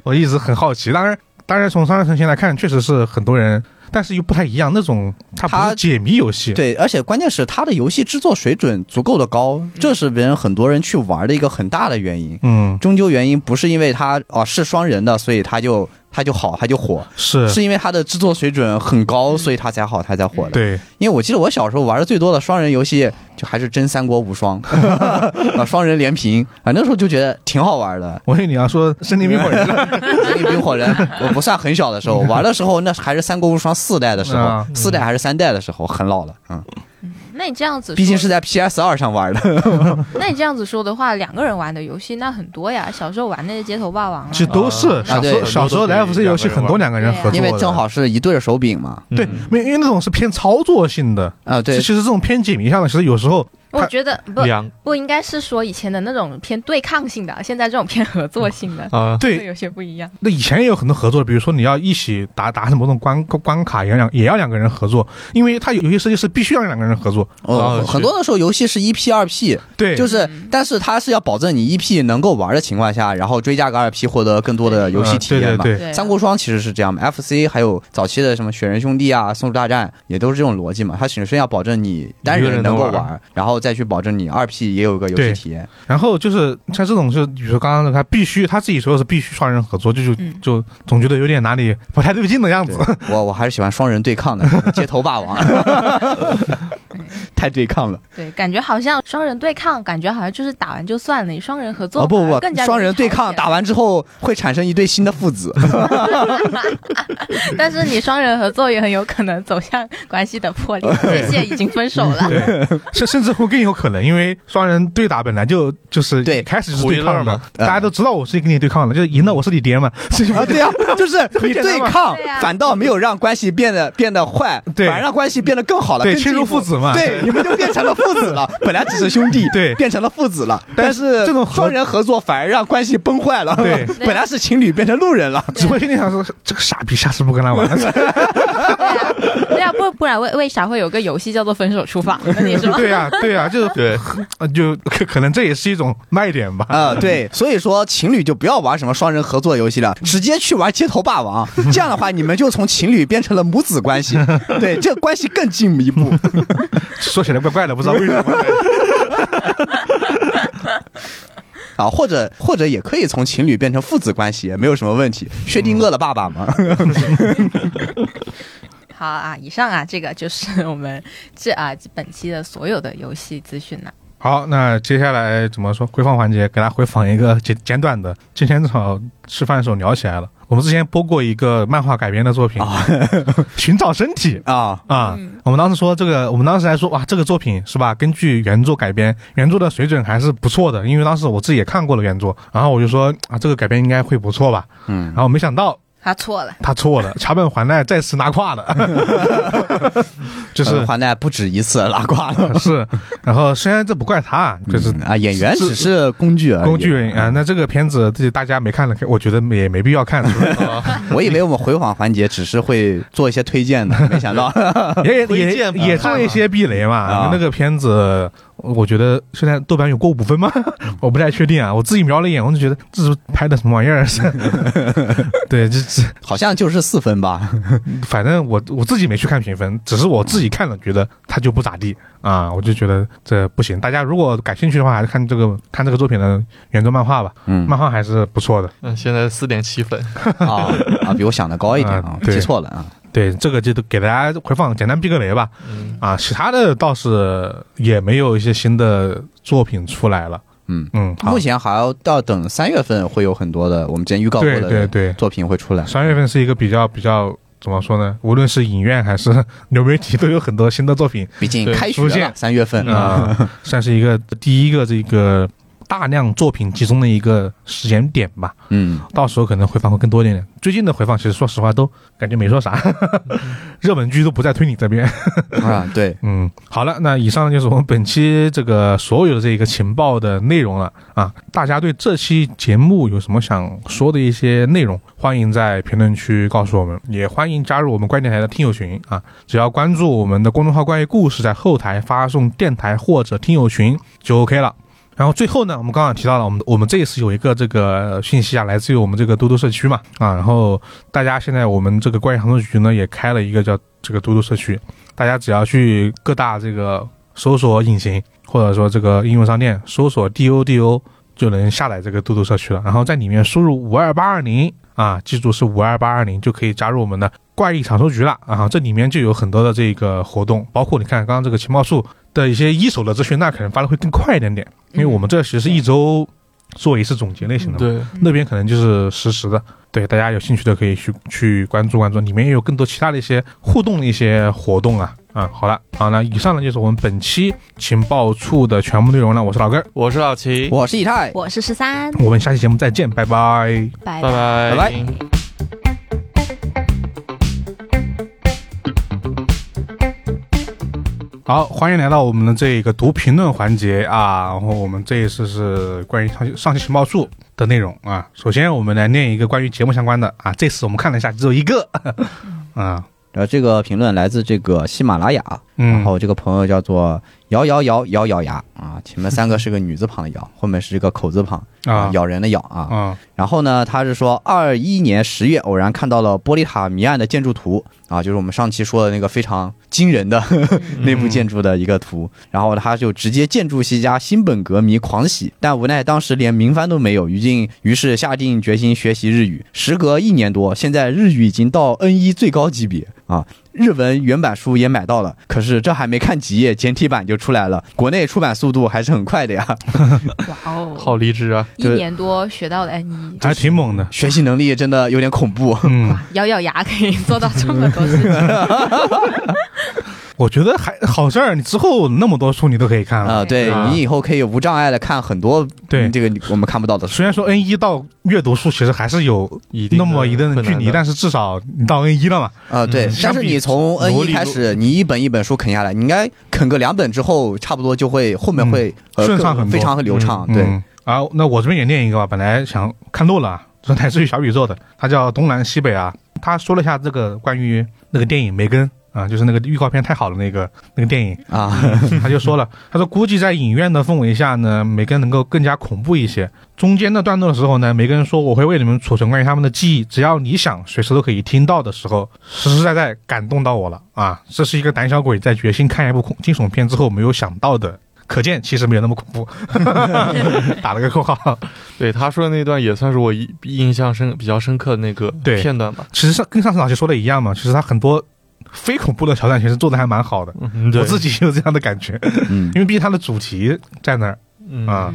我一直很好奇。当然，当然从商业成型来看，确实是很多人，但是又不太一样。那种它不它是解谜游戏，对，而且关键是它的游戏制作水准足够的高，这是别人很多人去玩的一个很大的原因。嗯，终究原因不是因为它哦是双人的，所以它就它就好，它就火，是，是因为它的制作水准很高，所以它才好，它才火的。嗯对，因为我记得我小时候玩的最多的双人游戏就还是《真三国无双》 啊，双人连屏啊，那时候就觉得挺好玩的。我以为你要说《森林冰火人》那个冰火人，我不算很小的时候玩的时候，那还是《三国无双》四代的时候啊，四代还是三代的时候，很老了，嗯，那你这样子说，毕竟是在 PS 二上玩的。那你这样子说的话，两个人玩的游戏那很多呀。小时候玩那些街头霸王啊其，实都是啊小时对候小时候很多都是 F C 游戏很多两个人合作的，因为正好是一对儿手柄嘛。对，没有因为那种是偏操作性的。啊，对其，实这种偏解谜向的，其实有时候我觉得不两不应该是说以前的那种偏对抗性的，现在这种偏合嗯作性的，啊，对会有些不一样。那以前也有很多合作，比如说你要一起打打什么某种关关卡，也要两也要两个人合作，因为它有有些设计是必须要两个人合作。啊，哦很多的时候游戏是一 P 二 P，对，就是是，但是它是要保证你一 P 能够玩的情况下，然后追加个二 P 获得更多的游戏体验嘛。对对对，对，三国无双其实是这样嘛，FC 还有早期的什么雪人兄弟啊、松鼠大战也都是这种逻辑嘛，它首先要保证你单人能够一个人能玩，然后再去保证你二 P 也有个游戏对体验。然后就是像这种，就是比如说刚刚的，他必须他自己说的是必须双人合作，就就嗯就总觉得有点哪里不太对劲的样对子。我我还是喜欢双人对抗的， 街头霸王，太对抗了。对，感觉好像双人对抗，感觉好像就是打完就算了，你双人合作哦不反而不呃更不，加双人对容抗易打完之后会产生一对新的父子。吵架，但是你双人合作也很有可能走向关系的破 裂，界限已经分手了。对，甚 甚至会更有可能，因为双人对打本来就就是对一开始就是对抗胡一的乐嘛，大家都知道我是跟你对抗的，就是赢了我是你爹嘛， 是嗯啊，对 呀、就是你简单对嘛抗对呀，反倒没有让关系变得变得坏，对反而让关系变得更好了，对更进一步亲如父子嘛对，你们就变成了父子 了，本来只是兄弟，对变成了父子了，但但是这种合双人合作反而让关系崩坏了，对本来是情侣变成路 人了，只会心里想说这个傻逼，下次不跟他玩了。对啊，对啊，不不然为为啥会有个游戏叫做分手 厨房呢？ 你说对啊呀，对呀， 就是对， 呃就可可能这也是一种卖点吧。啊、对，所以说情侣就不要玩什么双人合作游戏了，直接去玩街头霸王，这样的话你们就从情侣变成了母子关系，对，这关系更进一步。说起来怪怪的，不知道为什么。 啊，或者或者也可以从情侣变成父子关系，也没有什么问题。薛定谔的爸爸嗯嘛，好啊，以上啊，这个就是我们这啊本期的所有的游戏资讯了。好，那接下来怎么说？回放环节，给大家回访一个简简短的。今天正好吃饭的时候聊起来了，我们之前播过一个漫画改编的作品啊《寻找身 体》。 啊，嗯啊、我们当时说这个，我们当时还说哇，这个作品是吧？根据原作改编，原作的水准还是不错的，因为当时我自己也看过了原作，然后我就说啊，这个改编应该会不错吧。嗯，然后没想到他错了，他错 了，查本环奈再次拉胯 了，就可能是环奈不止一次拉胯了。呃 是。然后虽然这不怪他，就是嗯啊，演员是只是工具而已。工具人啊。那这个片子，这大家没看了，我觉得也没必要看， 是吧 我以为我们回访环节只是会做一些推荐的，没 想到也也推也荐吧也做一些避雷嘛啊。那个片子，我觉得现在豆瓣有过五分吗？ 我不太确定啊。我自己瞄了一眼，我就觉得这是拍的什么玩意儿？ 是对，这这好像就是四分吧。反正我我自己没去看评分，只是我自己看了，觉得它就不咋地啊，我就觉得这不行。大家如果感兴趣的话，还是看这个看这个作品的原作漫画吧，嗯漫画还是不错的。嗯，现在四点七分，啊啊，比我想的高一点啊啊，对记错了啊。对，这个就给大家回放简单避个雷吧。嗯，啊，其他的倒是也没有一些新的作品出来了。嗯，嗯，好目，前还要到等三月份会有很多的我们之前预告过对对的对，作品会出来。三月份是一个比较比较。怎么说呢？无论是影院还是 流媒体，都有很多新的作品毕竟对开学出了，现三月份啊、算是一个第一个这个大量作品集中的一个时间点吧。嗯，到时候可能回放会更多一点点。最近的回放其实说实话都感觉没说啥， 热门剧都不在推你这边。啊，对，嗯，好了，那以上就是我们本期这个所有的这个情报的内容了啊。大家对这期节目有什么想说的一些内容，欢迎在评论区告诉我们，也欢迎加入我们观点台的听友群啊。只要关注我们的公众号“关于故事”，在后台发送“电台”或者“听友群”就 OK 了。然后最后呢，我们刚刚提到了，我们我们这一次有一个这个讯息啊，来自于我们这个嘟嘟社区嘛啊，然后大家现在我们这个关于杭州局呢也开了一个叫这个嘟嘟社区，大家只要去各大这个搜索引擎或者说这个应用商店搜索 DODO 就能下载这个嘟嘟社区了，然后在里面输入五二八二零啊，记住是五二八二零就可以加入我们的怪异藏书局了啊，这里面就有很多的这个活动，包括你看刚刚这个情报树的一些一手的资讯，那可能发的会更快一点点，因为我们这其实是一周做一次总结类型的嘛。对，那边可能就是实时的。对，大家有兴趣的可以去去关注关注，里面也有更多其他的一些互动的一些活动啊。啊，好了，好，那以上呢就是我们本期情报处的全部内容了。我是老根儿，我是老齐，我是以太，嗯我是十三，我们下期节目再见，拜拜。拜拜拜拜拜。好，欢迎来到我们的这个读评论环节啊。然后我们这一次是关于上上期情报处的内容啊。首先我们来念一个关于节目相关的啊，这次我们看了一下，只有一个啊，然呃后这个评论来自这个喜马拉雅，嗯，然后这个朋友叫做咬咬咬咬咬牙啊，前面三个是个女字旁的咬，后面是一个口字旁啊咬人的咬啊。啊，然后呢，他是说二一年十月偶然看到了玻璃塔谜案的建筑图啊，就是我们上期说的那个非常惊人的 内部建筑的一个图。然后他就直接建筑系加新本格迷狂喜，但无奈当时连名番都没有，于竟于是下定决心学习日语。时隔一年多，现在日语已经到 N 一最高级别啊。日文原版书也买到了，可是这还没看几页，简体版就出来了。国内出版速度还是很快的呀。哇哦，好励志啊！一年多学到了哎 N 一，还挺猛的，学习能力真的有点恐怖。嗯。咬咬牙可以做到这么多 事情，我觉得还好事儿，你之后那么多书你都可以看了。啊，对啊你以后可以无障碍的看很多对嗯这个你我们看不到的书。虽然说 N 一到阅读书其实还是有一定那么一定的距离，但是是至少你到 N 一了嘛。啊，对嗯，但相是比你从 N 萝一莉开萝始，你一本一本书啃下来，你应该啃个两本之后，差不多就会后面会呃嗯顺畅更很多非常流畅。嗯对，。啊，那我这边也念一个吧，本来想看漏了，啊，这来自于小宇宙的，他叫东南西北啊，他说了一下这个关于那个电影《梅根》啊，就是那个预告片太好了那个那个电影，啊， 嗯他就说了，他说估计在影院的氛围下呢，梅根能够更加恐怖一些。中间的段落的时候呢，梅根说我会为你们储存关于他们的记忆，只要你想，随时都可以听到的时候，实实在在感动到我了啊！这是一个胆小鬼在决心看一部恐惊悚片之后没有想到的。可见其实没有那么恐怖， 打了个括号。对他说的那段也算是我一印象深比较深刻的那个对片段吧。其实上跟上次老师说的一样嘛，其实他很多非恐怖的桥段其实做的还蛮好的，嗯，我自己也有这样的感觉，嗯因为毕竟它的主题在那儿。嗯啊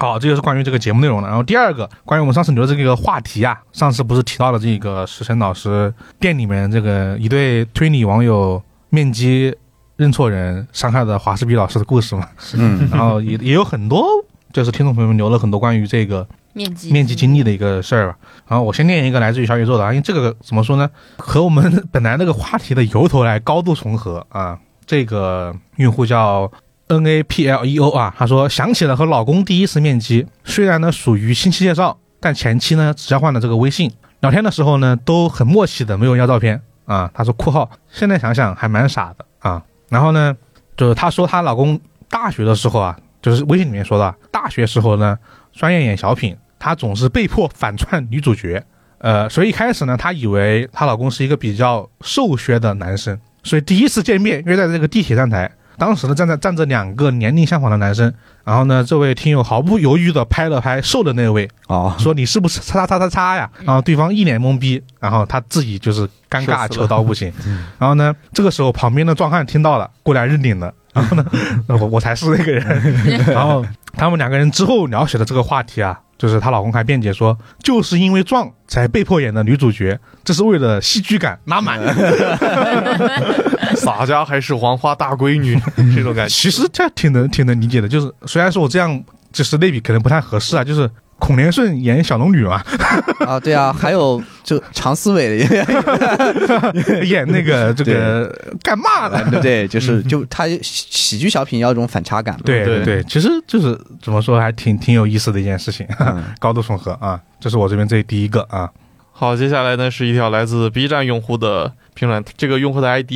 好，这就是关于这个节目内容了。然后第二个，关于我们上次留的这个话题啊，上次不是提到了这个石晨老师店里面这个一对推理网友面基认错人伤害的华士比老师的故事嘛？嗯然后也也有很多这是听众朋友们留了很多关于这个面积面积经历的一个事儿吧。然后我先念一个来自于小宇宙的啊，因为这个怎么说呢，和我们 本来那个话题的由头来高度重合啊。这个用户叫 N A P L E O 啊，他说想起了和老公第一次面基，虽然呢属于亲戚介绍，但前期呢只交换了这个微信，聊天的时候呢都很默契的没有要照片啊。他说（括号）现在想想还蛮傻的啊。然后呢，就是她说她老公大学的时候啊，就是微信里面说的啊，大学时候呢专业演小品，她总是被迫反串女主角。呃，所以一开始呢，她以为她老公是一个比较瘦削的男生，所以第一次见面约在这个地铁站台。当时呢，站在站着两个年龄相仿的男生，然后呢，这位听友毫不犹豫的拍了拍瘦的那位，哦，说你是不是叉叉叉叉叉呀？然后对方一脸懵逼，然后他自己就是尴尬社死了嗯求到不行。然后呢，这个时候旁边的壮汉听到了，过来认领了。然后呢，那我我才是那个 人。然后他们两个人之后聊起了这个话题啊，就是她老公还辩解说，就是因为壮才被迫演的女主角，这是为了戏剧感拉满。嗯洒家还是黄花大闺女这种感觉。其实这挺能挺能理解的，就是虽然说我这样就是类比可能不太合适啊，就是孔连顺演小龙女嘛， 啊，对啊，还有就常思伟的，演那个这个干嘛呢？ 对对，就是就他喜喜剧小品要这种反差感嘛，嗯对对对，其实就是怎么说，还挺挺有意思的一件事情， 嗯高度重合啊，这是我这边这第一个啊，好，接下来呢是一条来自 B 站用户的评论，这个用户的 ID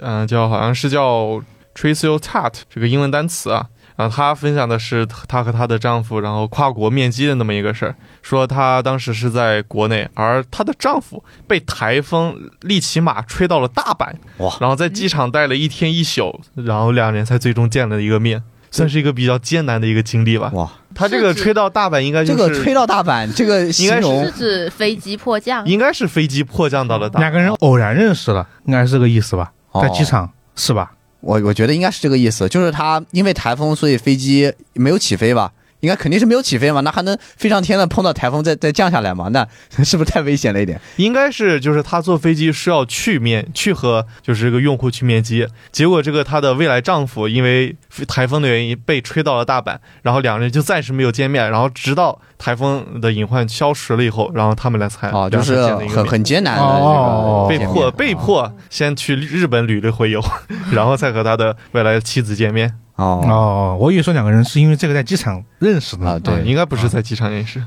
嗯、叫好像是叫 Trace Your Tat 这个英文单词啊。啊，她分享的是她和她的丈夫，然后跨国面基的那么一个事儿，说她当时是在国内，而她的丈夫被台风利奇马吹到了大阪，哇然后在机场待了一天一宿，然后两人才最终见了一个面，算是一个比较艰难的一个经历吧。哇，她这个是指吹到大阪应该就这是个吹到大阪，这个形容是指飞机迫降，啊应该是飞机迫降到了大阪两个人偶然认识了，应该是这个意思吧，在机，哦场是吧？我我觉得应该是这个意思，就是他因为台风，所以飞机没有起飞吧。应该肯定是没有起飞嘛，那还能飞上天了，碰到台风再再降下来嘛？那 是不是太危险了一点？应该是就是他坐飞机是要去面去和就是这个用户去面基，结果这个她的未来丈夫因为台风的原因被吹到了大阪，然后两人就暂时没有见面，然后直到台风的隐患消失了以后，然后他们俩才哦，就是两人才见了一个很面很艰难的这哦个被见面迫被迫先去日本旅了回游，然后再和他的未来妻子见面哦哦，我以为说两个人是因为这个在机场认识的呢啊对啊啊应该不是在机场认识。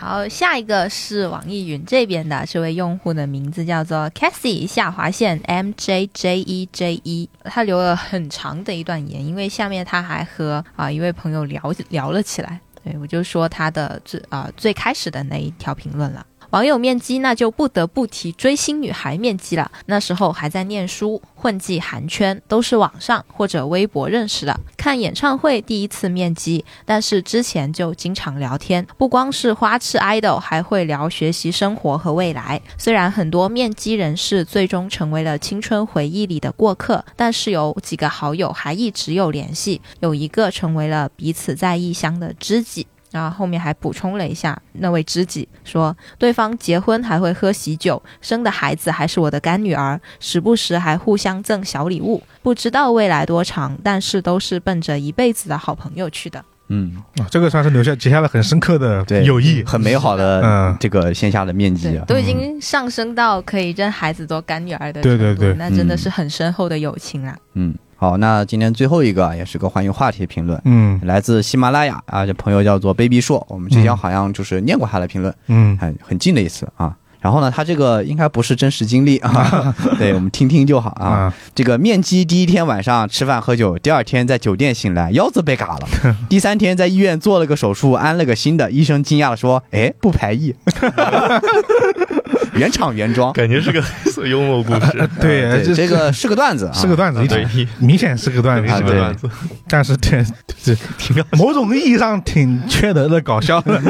然后下一个是网易云这边的，这位用户的名字叫做 Cassie 下划线 M J J E J E，他留了很长的一段言，因为下面他还和啊、一位朋友聊聊了起来。对我就说他的最啊、最开始的那一条评论了。网友面基，那就不得不提追星女孩面基了。那时候还在念书，混迹韩圈，都是网上或者微博认识的。看演唱会第一次面基，但是之前就经常聊天，不光是花痴 idol，还会聊学习、生活和未来。虽然很多面基人士最终成为了青春回忆里的过客，但是有几个好友还一直有联系，有一个成为了彼此在异乡的知己。然后后面还补充了一下，那位知己说，对方结婚还会喝喜酒，生的孩子还是我的干女儿，时不时还互相赠小礼物。不知道未来多长，但是都是奔着一辈子的好朋友去的。嗯，啊这个算是留下结下了很深刻的对友谊，很美好的嗯这个线下的面积对，啊，都已经上升到可以认孩子做干女儿的对程度对嗯对那真的是很深厚的友情啦。嗯，好，那今天最后一个啊也是个关于话题评论，嗯来自喜马拉雅啊，这朋友叫做 baby 硕，我们之前好像就是念过他的评论，嗯，很很近的一次啊。然后呢，他这个应该不是真实经历啊，对我们听听就好啊。啊，这个面基第一天晚上吃饭喝酒，第二天在酒店醒来腰子被嘎了，第三天在医院做了个手术，安了个新的。医生惊讶的说：“哎，不排异， 原厂原装。感觉是个 黑色幽默故事，对啊这这个是个段子啊，是个段子，一对听，明显是个段是子啊，个对段子，但是挺 挺挺某种意义上挺缺德的搞笑的，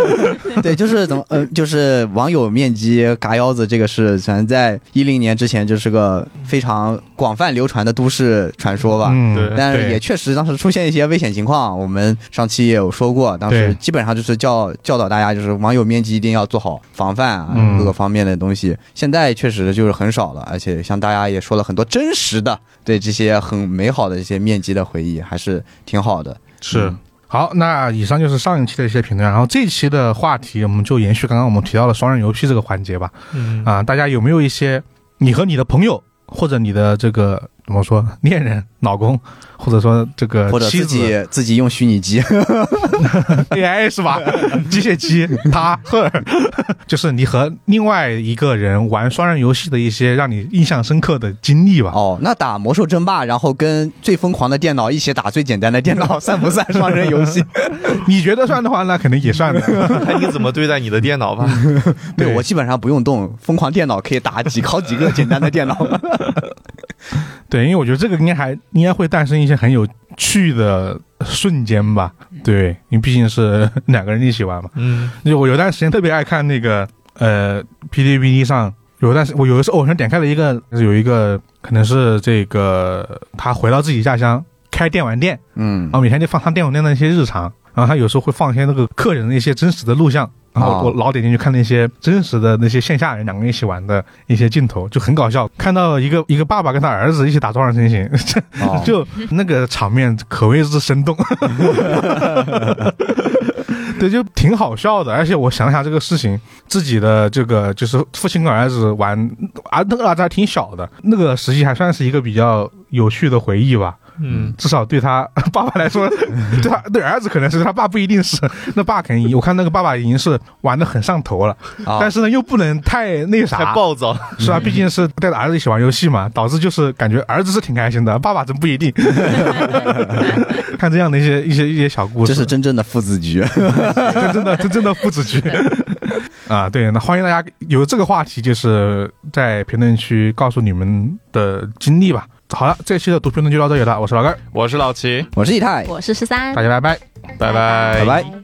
对，就是怎么呃，就是网友面基嘎腰子这个是，反正在一零年之前就是个非常广泛流传的都市传说吧。嗯，对但是也确实当时出现一些危险情况，我们上期也有说过，当时对基本上就是教教导大家，就是网友面基一定要做好防范啊，嗯各个方面的东西。现在确实就是很少了，而且像大家也说了很多真实的，对这些很美好的这些面基的回忆，还是挺好的。是嗯。好，那以上就是上一期的一些评论，然后这一期的话题我们就延续刚刚我们提到的双人游戏这个环节吧。嗯啊，大家有没有一些你和你的朋友或者你的这个怎么说恋人、老公，或者说这个或者呃妻自 子己自己用虚拟机， AI 是吧？机械姬他 her，就是你和另外一个人玩双人游戏的一些让你印象深刻的经历吧。哦，那打魔兽争霸，然后跟最疯狂的电脑一起打最简单的电脑，算不算双人 游戏？你觉得算的话，那肯定也算的。看你怎么对待你的电脑 吧。对我基本上不用动，疯狂电脑可以打几好几个简单的电脑。 对，因为我觉得这个应该还应该会诞生一些很有趣的瞬间吧。对，因为毕竟是 两个人一起玩嘛。嗯，就我有段时间特别爱看那个呃哔哩哔哩上有段时我有一次偶然点开了一个有一个可能是这个他回到自己家乡开电玩店，嗯然后每天就放他电玩店的一些日常，然后他有时候会放一些那个客人的一些真实的录像。然后我哦我老点进去看那些真实的那些线下人两个人一起玩的一些镜头，就很搞笑。看到一个一个爸爸跟他儿子一起打多人成 型，哦就那个场面可谓是生动， 对，就挺好笑的。而且我想想这个事情，自己的这个就是父亲跟儿子玩，啊，那个儿子还挺小的，那个时期还算是一个比较有趣的回忆吧。嗯，至少对他爸爸来说，对他对儿子可能是他爸不一定是，那爸肯定我看那个爸爸已经是玩的很上头了，啊但是呢又不能太那啥，太暴躁。是嗯吧？毕竟是带着儿子一起玩游戏嘛，导致就是感觉儿子是挺开心的，爸爸真不一定。看这样的一些一些一些小故这事，是真正的父子局。 真正的真正的父子局 啊！对，那欢迎大家有这个话题，就是在评论区告诉你们的经历吧。好了，这期的读评论就到这里了，我是老根儿，我是老齐，我是以太，我是十三，大家拜拜。拜拜拜。